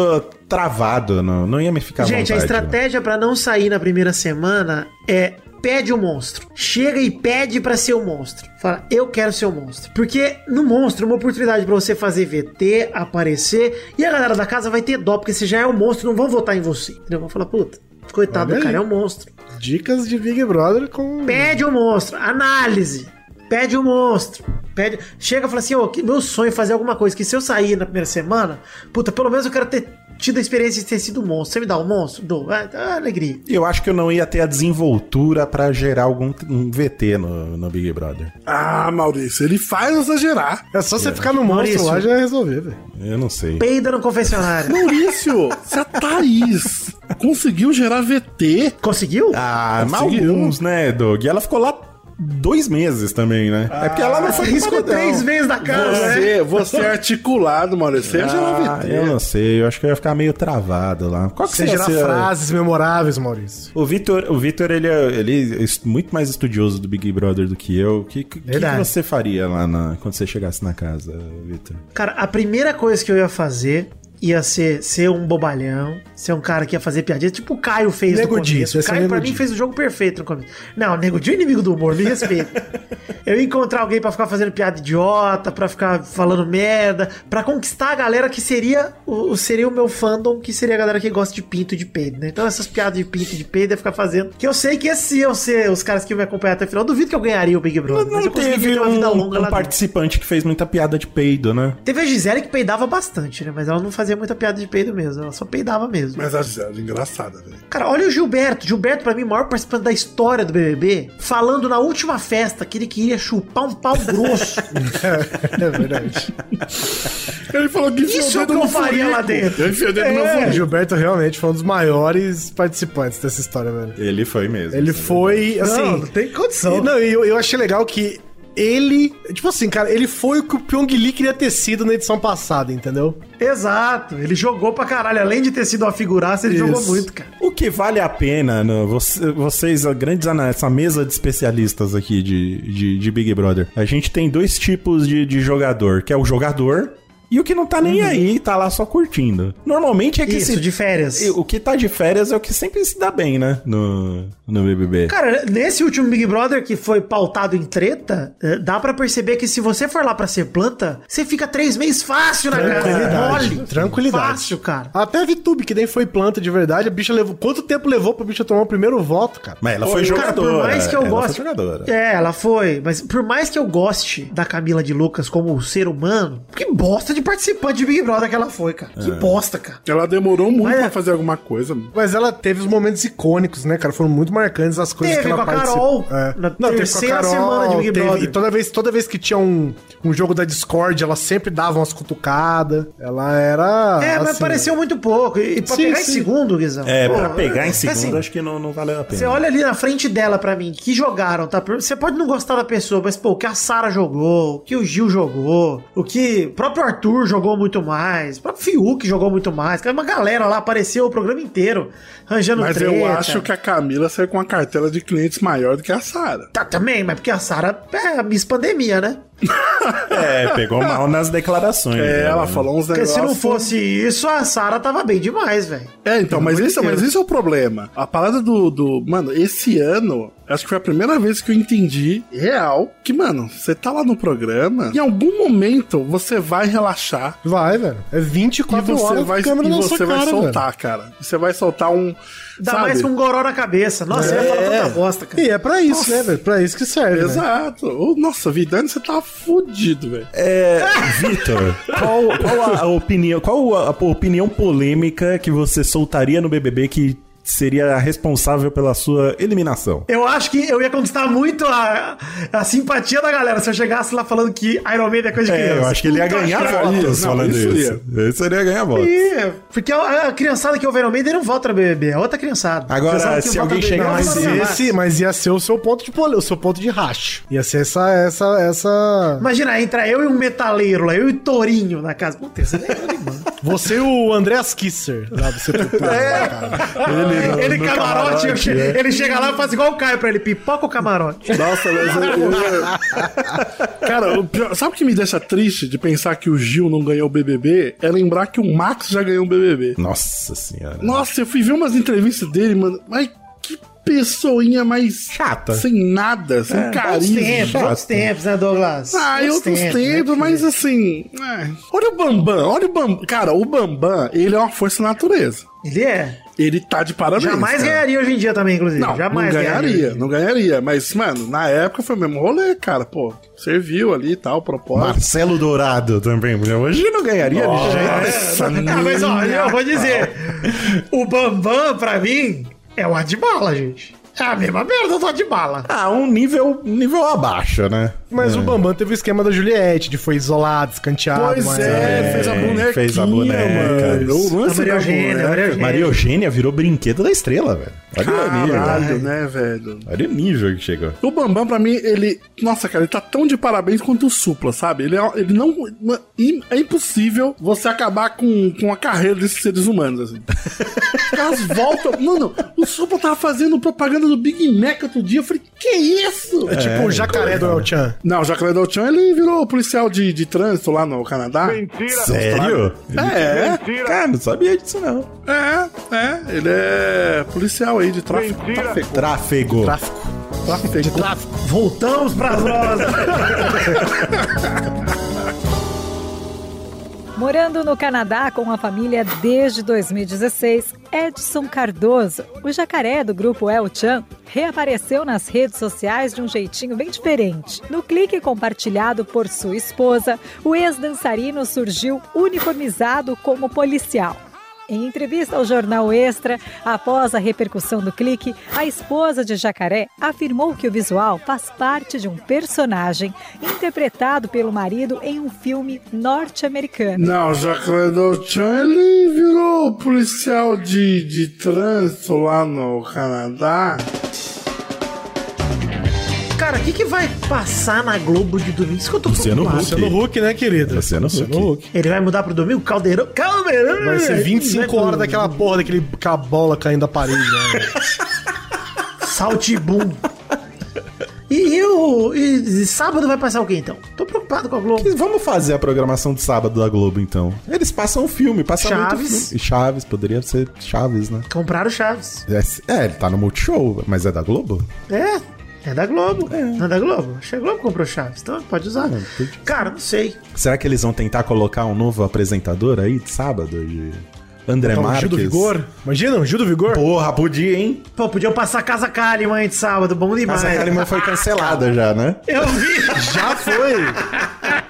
travado, não, não ia me ficar à Gente, a vontade, estratégia pra não sair na primeira semana é pede o monstro. Chega e pede pra ser o monstro. Fala, eu quero ser o monstro. Porque no monstro, uma oportunidade pra você fazer VT, aparecer, e a galera da casa vai ter dó, porque você já é o monstro, não vão votar em você. Entendeu? Vão falar, puta, coitado Olha do cara, aí. é um monstro. Dicas de Big Brother com. Pede o monstro, análise. Pede o monstro. Pede, chega e fala assim: ô, que meu sonho é fazer alguma coisa que se eu sair na primeira semana, puta, pelo menos eu quero ter tido a experiência de ter sido um monstro. Você me dá um monstro? Dou. Ah, ah, alegria. Eu acho que eu não ia ter a desenvoltura pra gerar algum um VT no, no Big Brother. Ah, Maurício, ele faz você gerar. É só você ficar no monstro Maurício. lá já resolver, velho. Eu não sei. Peida no confessionário. (laughs) Maurício, se a Thaís conseguiu gerar VT, Conseguiu? Ah, mas Conseguiu. alguns, né, Doug? E ela ficou lá dois meses também, né? é porque ela não foi Riscou paredão. Ah, três vezes da casa, né? você, você é articulado, Maurício. Você ia gerar Ah, VT. eu não sei, eu acho que eu ia ficar meio travado lá. Qual que Você ia gerar ser- frases memoráveis, Maurício. (laughs) O Vitor, o Vitor ele, é, ele é est- muito mais estudioso do Big Brother do que eu. O que, que, que Verdade. você faria lá na- quando você chegasse na casa, Vitor? Cara, a primeira coisa que eu ia fazer ia ser ser um bobalhão, ser um cara que ia fazer piadinha, tipo o Caio fez Nego no Di, isso começo. ia O ser Caio, Nego pra mim, Di. fez o jogo perfeito no começo. Não, o Nego Di é inimigo do humor, me respeita. eu ia encontrar alguém pra ficar fazendo piada idiota, pra ficar falando merda, pra conquistar a galera que seria o, o- seria o meu fandom, que seria a galera que gosta de pinto e de peido, né? Então essas piadas de pinto e de peido ia ficar fazendo. Que eu sei que esse eu ser os caras que me acompanhar até o final, eu duvido que eu ganharia o Big Brother, mas eu conseguiria ter uma vida longa um lá dentro. participante que fez muita piada de peido, né? Teve a Gisele que peidava bastante, né? Mas ela não fazia muita piada de peido mesmo. Ela só peidava mesmo. Mas a Gisele é engraçada, velho. Cara, olha o Gilberto. Gilberto, pra mim, o maior participante da história do BBB, falando na última festa que ele queria chupar um pau grosso. É verdade. Ele falou que enfiou Isso o é o dedo que eu no faria furico. lá dentro. Eu enfiei o dedo no meu O É. furico. Gilberto realmente foi um dos maiores participantes dessa história, velho. Ele foi mesmo. Ele Sim. foi, assim... tem E, condição. Não, e eu, eu achei legal que ele. Tipo assim, cara, ele foi o que o Pyong Lee queria ter sido na edição passada, entendeu? Exato. Ele jogou pra caralho. Além de ter sido uma figuraça, ele Isso. jogou muito, cara. O que vale a pena, né? Você- vocês, a grandes ana- essa mesa de especialistas aqui de, de, de Big Brother, a gente tem dois tipos de, de jogador, que é o jogador e o que não tá nem aí, tá lá só curtindo. Normalmente é que Isso, se- de férias. E O que tá de férias é o que sempre se dá bem, né? No, no BBB. Cara, nesse último Big Brother que foi pautado em treta, eh, dá pra perceber que se você for lá pra ser planta, você fica três meses fácil na casa. Tranquilidade, Mole. tranquilidade. Fácil, cara. Até a Vitube, que nem foi planta de verdade, a bicha levou. Quanto tempo levou pra bicha tomar o primeiro voto, cara? Mas ela foi Cara, jogadora. por mais que eu ela goste. Foi jogadora. É, ela foi. Mas por mais que eu goste da Camila de Lucas como um ser humano, que bosta de de participante de Big Brother que ela foi, cara. É. Que bosta, cara. Ela demorou muito Mas- pra fazer alguma coisa. Mas ela teve os momentos icônicos, né, cara? Foram muito marcantes as coisas Teve que ela com a participou. É. Carol, na terceira semana de Big Brother. E toda vez, toda vez que tinha um, um jogo da Discord, ela sempre dava umas cutucadas. Ela Ah, era. É, mas assim, pareceu muito pouco. E pra Sim, pegar em sim. segundo, Guizão. É, pô, pra pegar em assim, segundo, acho que não, não valeu a pena. Você olha ali na frente dela pra mim, que jogaram, tá? Você pode não gostar da pessoa, mas, pô, o que a Sara jogou, o que o Gil jogou, o que o próprio Arthur jogou muito mais, o próprio Fiuk jogou muito mais. Cara, uma galera lá apareceu o programa inteiro, arranjando Mas eu acho que a Camila saiu com uma cartela de clientes maior do que a Sara. Tá, também, mas porque a Sara é a Miss Pandemia, né? É, pegou mal nas declarações. É, dela, ela né? falou uns Porque negócios. se não fosse isso, a Sara tava bem demais, velho. É, então, mas isso, mas isso é o problema. A parada do, do. Mano, esse ano, acho que foi a primeira vez que eu entendi, real, que, mano, você tá lá no programa, em algum momento você vai relaxar. Vai, velho. É E 24 você horas vai, de câmera e na você sua vai cara, soltar, cara. Você vai soltar um. Dá sabe? mais com um goró na cabeça. Nossa, eu ia falar tanta bosta, cara. velho. E é pra isso, né, velho? Pra isso que serve. né? (laughs) Exato. Ô, Nossa, Vidani, você tá fudido, velho. É, Vitor, qual, qual a, a opinião, qual a, a opinião polêmica que você soltaria no BBB que seria a responsável pela sua eliminação? Eu acho que eu ia conquistar muito a, a simpatia da galera se eu chegasse lá falando que Iron Maiden é coisa de criança. É, eu acho que ele ia ganhar cara, votos não, falando isso isso. ia. Ele seria ganhar votos. Ih, Porque a, a criançada que ouve Iron Maiden não vota no BBB, é outra criançada. Agora, Criançada que se vota alguém no chegar BBB, mais não Mas vota no esse, Vasco. mas ia ser o seu ponto de pole, o seu ponto de racha. Ia ser essa, essa, essa. Imagina, entra eu e um metaleiro lá, eu e Torinho na casa. Puta, esse daí é (laughs) (laughs) ruim, mano. Você e o Andreas (laughs) Kisser. lá, você É. tutou, né, cara? Ele, no- Ele no camarote, eu che- é. ele chega lá e faz igual o Caio pra ele, pipoca o camarote. Nossa, mas eu, eu- Cara, o pior- sabe o que me deixa triste de pensar que o Gil não ganhou o BBB? É lembrar que o Max já ganhou o BBB. Nossa senhora. Nossa, eu fui ver umas entrevistas dele, mano. Mas que pessoinha mais. Chata. Sem nada, sem Outros carisma. É, tempos, outros tempos, né, Douglas? Ah, eu outros tempos, né, mas assim. é. Olha o Bambam, olha o Bambam. Cara, o Bambam, ele é uma força da natureza. filho? Ele é. Ele tá de parabéns. Jamais cara. ganharia hoje em dia também, inclusive. Não, Jamais não ganharia, não ganharia. Mas, mano, na época foi o mesmo rolê, cara. Pô, serviu ali e tal, propósito. Marcelo Dourado também. Hoje não ganharia de jeito Nossa, Ah, mas ó, eu vou (laughs) dizer. O Bambam, pra mim, é o Adbala, gente. É a mesma merda do Adbala. Ah, um nível, nível abaixo, né? Mas o Bambam teve o esquema da Juliette, de foi isolado, escanteado. Pois mas- é, fez a boneca. fez a boneca. O lance Maria Eugênia, Maria da boneca. Eugênia. Maria Eugênia virou brinquedo da estrela, velho. Olha o nível. Caralho, né, velho? Olha o nível que chegou. O Bambam, pra mim, ele. Nossa, cara, ele tá tão de parabéns quanto o Supla, sabe? Ele, é- ele não. É impossível você acabar com, com a carreira desses seres humanos, assim. Os caras voltam. Mano, o Supla tava fazendo propaganda do Big Mac outro dia. Eu falei, que isso? É tipo o jacaré do El Chan. Não, o Jacques Dalton, ele virou policial de, de trânsito lá no Canadá. Sério? Ah, É, é, Cara, não sabia disso não. é. Ele é policial aí de tráfico. Tráfico. Tráfego. Tráfico. De tráfico. Voltamos pras rosas. Morando no Canadá com a família desde 2016, Edson Cardoso, o jacaré do grupo El Chan, reapareceu nas redes sociais de um jeitinho bem diferente. No clique compartilhado por sua esposa, o ex-dançarino surgiu uniformizado como policial. Em entrevista ao jornal Extra, após a repercussão do clique, a esposa de Jacaré afirmou que o visual faz parte de um personagem interpretado pelo marido em um filme norte-americano. Não, o Jacques Dalton, ele virou policial de, de trânsito lá no Canadá. Cara, o que, que vai passar na Globo de domingo? Isso que eu tô é Luciano preocupado. Huck. Luciano Huck, né, querido? Luciano Huck. Ele vai mudar pro domingo? Caldeirão? Caldeirão! Vai ser 25 Vai- horas daquela porra, daquele, aquela bola caindo da parede. Né? (laughs) Saltibum. E eu. E, e sábado vai passar o quê então? Tô preocupado com a Globo. E Vamos fazer a programação de sábado da Globo, então. Eles passam um filme, passam Chaves. muito filme. E Chaves, poderia ser Chaves, né? Compraram Chaves. É, É, ele tá no Multishow, mas é da Globo? É. É da Globo. Não é da Globo. Acho que a Globo comprou Chaves. Então pode usar. Cara, não sei. Será que eles vão tentar colocar um novo apresentador aí de sábado? De André Então, Marques? Gil do Vigor. Imagina, um Gil do Vigor. Porra, podia, hein? Pô, podiam passar Casa Kalimann aí de sábado. Bom demais. Mas a Kalimann foi cancelada já, né? Eu vi. Já foi.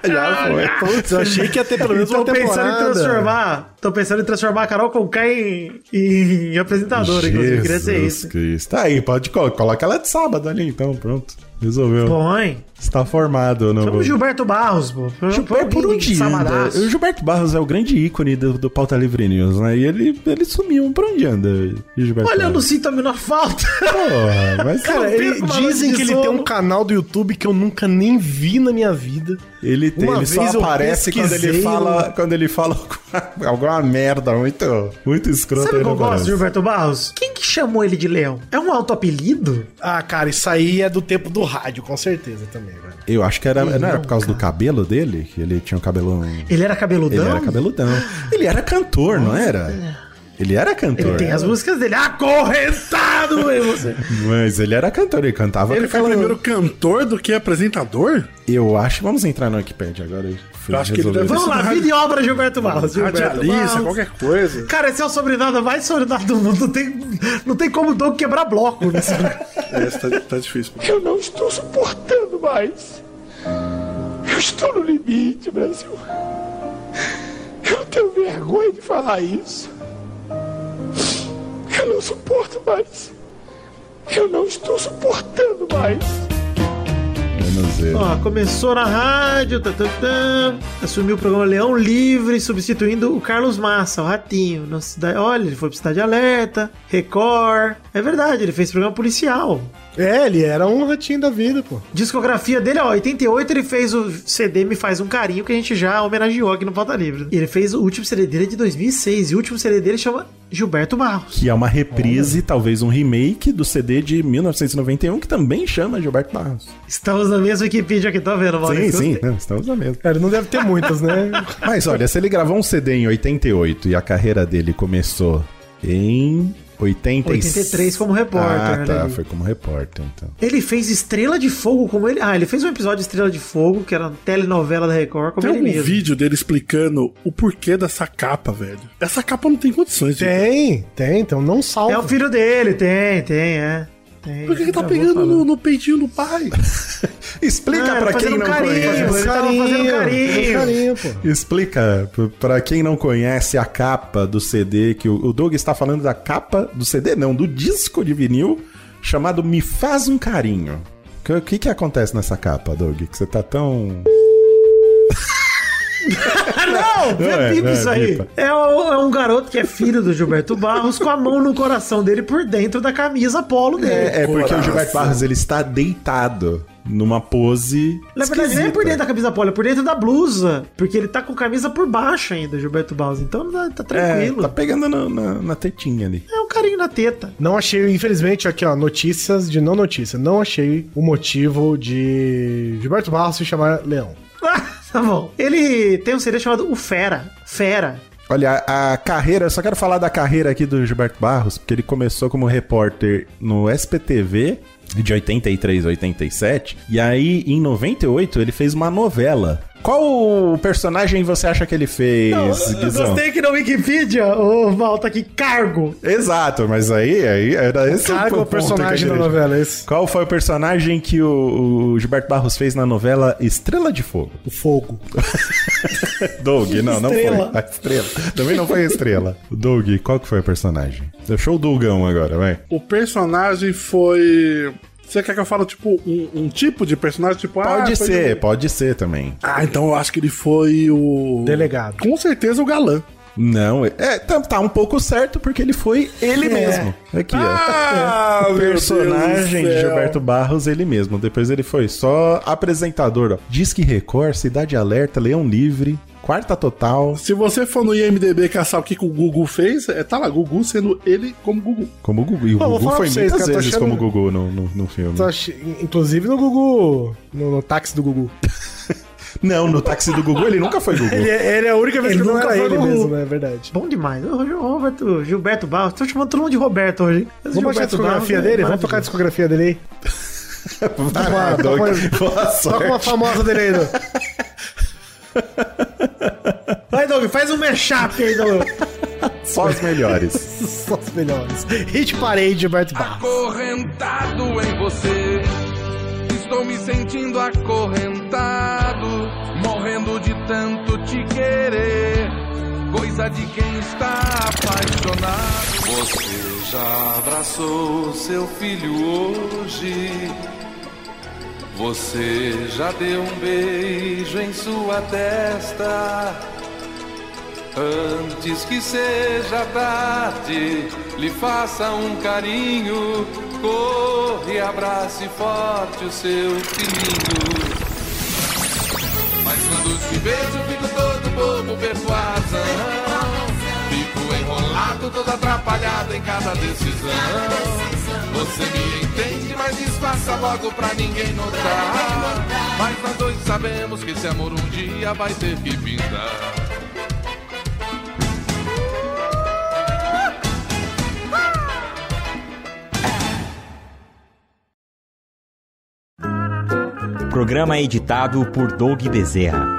Já foi. Putz, eu achei que ia ter pelo menos Tô uma pensando em temporada. transformar. Tô pensando em transformar a Carol Conká em, em, em apresentadora, inclusive. Queria ser isso. Cristo. Tá aí, pode colocar. Coloca ela de sábado ali, então, pronto. Resolveu. Põe. Está formado. No... Chama o Gilberto Barros, pô. Põe Gilberto, alguém por de onde anda? sabadaço. O Gilberto Barros é o grande ícone do, do Pauta Livre News, né? E ele, ele sumiu. Por onde anda o Gilberto Olha, eu não Barros? sinto a menor falta. (laughs) Porra, mas Cara, Eu ele, perco uma dizem noite que de ele tem sono. um canal do YouTube que eu nunca nem vi na minha vida. ele, tem, Uma ele só vez eu aparece quando ele pesquisei um- fala, quando ele fala alguma- alguma merda muito, muito escrota. Sabe o ele que eu não gosto aparece. de Gilberto Barros? Quem que chamou ele de leão? É um auto-apelido? Ah, cara, isso aí é do tempo do rádio, com certeza também, velho. Eu acho que era, não era por causa do cabelo dele, que ele tinha um cabelão... Ele era cabeludão? Ele era cabeludão. Ele era cantor, não era? Ele era cantor. Ele tem as músicas dele. Acorrentado! (laughs) em você. Mas ele era cantor, ele cantava. Ele foi cantando. primeiro cantor do que apresentador? Eu acho. Vamos entrar no Wikipedia agora. Eu acho que ele deve- Vamos lá, vida e obra Gilberto Barros. Gilberto Radialista, Barros. qualquer coisa. Cara, esse é o sobrenome mais sobrenome do mundo. Não tem, não tem como o Doug quebrar bloco nesse Essa tá, tá difícil. Eu não estou suportando mais. Eu estou no limite, Brasil. Eu tenho vergonha de falar isso. Eu não suporto mais. Eu não estou suportando mais. Menos zero. Ó, começou na rádio, tá, tá, tá. assumiu o programa Leão Livre, substituindo o Carlos Massa, o Ratinho. Na cidade... Olha, ele foi pro Cidade Alerta, Record. É verdade, ele fez programa policial. É, ele era um ratinho da vida, pô. Discografia dele, ó, 88 ele fez o CD Me Faz Um Carinho, que a gente já homenageou aqui no Pauta Livre. E ele fez o último CD dele de 2006, e o último CD dele chama Gilberto Barros. Que é uma reprise, talvez um remake do CD de 1991, que também chama Gilberto Barros. Estamos na mesma Wikipedia aqui, tá vendo, Sim, Maurício? sim, não, estamos na mesma. Cara, não deve ter muitas, né? (laughs) Mas olha, se ele gravou um CD em 88 e a carreira dele começou em 80... 83 como repórter, Ah, olha tá, aí. foi como repórter, então. Ele fez Estrela de Fogo como ele. Ah, ele fez um episódio de Estrela de Fogo, que era uma telenovela da Record, como Tem ele um mesmo. vídeo dele explicando o porquê dessa capa, velho. Essa capa não tem condições, de- tem, tem, então não salva. É o filho dele, tem, tem, é. Tem, Por que, que tá Eu vou pegando falar. no, no peitinho do pai? Ah, Explica era pra quem fazendo não carinho, conhece. tá Ele tá tava fazendo carinho. fazendo (laughs) carinho, pô. Explica p- pra quem não conhece a capa do CD, que o o Doug está falando da capa do CD, não, do disco de vinil chamado Me Faz um Carinho. Que- O que que acontece nessa capa, Doug? Que você tá tão. Não, Não é é, pipa não é isso aí. pipa. É, o- é um garoto que é filho do Gilberto Barros com a mão no coração dele por dentro da camisa polo dele. É, é porque o Coração. Gilberto Barros ele está deitado numa pose. Na verdade, nem é por dentro da camisa polo, é por dentro da blusa. Porque ele tá com camisa por baixo ainda, Gilberto Barros. Então tá, tá tranquilo. É, É, tá pegando na, na- na tetinha ali. um carinho na teta. Não achei, infelizmente, aqui ó, notícias de não notícia. Não achei o motivo de Gilberto Barros se chamar Leão. (laughs) tá bom. Ele tem um CD chamado O Fera. Fera. Olha, a, a carreira, eu só quero falar da carreira aqui do Gilberto Barros, porque ele começou como repórter no SPTV de 83 a 87, e aí em 98 ele fez uma novela. Qual o personagem você acha que ele fez, Guizão? que na Wikipedia, o Val tá aqui, cargo. Exato, mas aí, aí era Então esse Cargo o ou ponto é personagem que eu da queria- novela, é esse? Qual foi o personagem que o, o Gilberto Barros fez na novela Estrela de Fogo? O fogo. Doug, não, não Estrela. foi. (laughs) A estrela. Também não foi a estrela. Doug, qual que foi o personagem? Deixou o Dougão agora, vai. O personagem foi. Você quer que eu fale, tipo, um, um tipo de personagem? Tipo, ah, Pode foi ser, um- de- pode ser também. Ah, então eu acho que ele foi o. Delegado. Com certeza o galã. Não, é, tá, tá um pouco certo porque ele foi ele É. mesmo. Aqui, (laughs) Ah, ó. O meu personagem Deus do de céu. Gilberto Barros, ele mesmo. Depois ele foi só apresentador, ó. Disque Record, Cidade Alerta, Leão Livre, Quarta Total, Se você for no IMDB caçar o que, que o Gugu fez, é, tá lá, Gugu sendo ele como Gugu. como Gugu. E o Não, vou Gugu falar foi pra vocês, muitas cara, tô vezes achando- como Gugu no, no, no filme. Então, achei- inclusive no Gugu. No, no táxi do Gugu. Não, no táxi do Gugu ele nunca foi Gugu. Ele, ele é a única vez Ele que não nunca era foi ele Gugu. mesmo, né? É verdade. Bom demais. O Roberto, Gilberto Barros. Tô chamando todo mundo de Roberto hoje. Mas Vamos baixar a Gilberto discografia Barros é dele? Vamos tocar a maravilhoso. discografia dele aí? (laughs) Vai lá, Ah, tá Doug. bom. Boa Toca uma sorte. famosa dele aí, né? (laughs) Edu. Vai, Doug, faz um mashup aí, Doug. Só os melhores. Só os melhores. Hit Parade, Gilberto Barros. Acorrentado em você, estou me sentindo acorrentado, morrendo. tanto te querer, coisa de quem está apaixonado. Você já abraçou seu filho hoje. Você já deu um beijo em sua testa. Antes que seja tarde, lhe faça um carinho. Corre, e abrace forte o seu filhinho. Mas quando te vejo, fico todo bobo, perco a razão. Fico enrolado, todo atrapalhado em cada decisão. Você me entende, mas disfarça logo pra ninguém notar. Mas nós dois sabemos que esse amor um dia vai ter que pintar. Programa editado por é Doug Bezerra.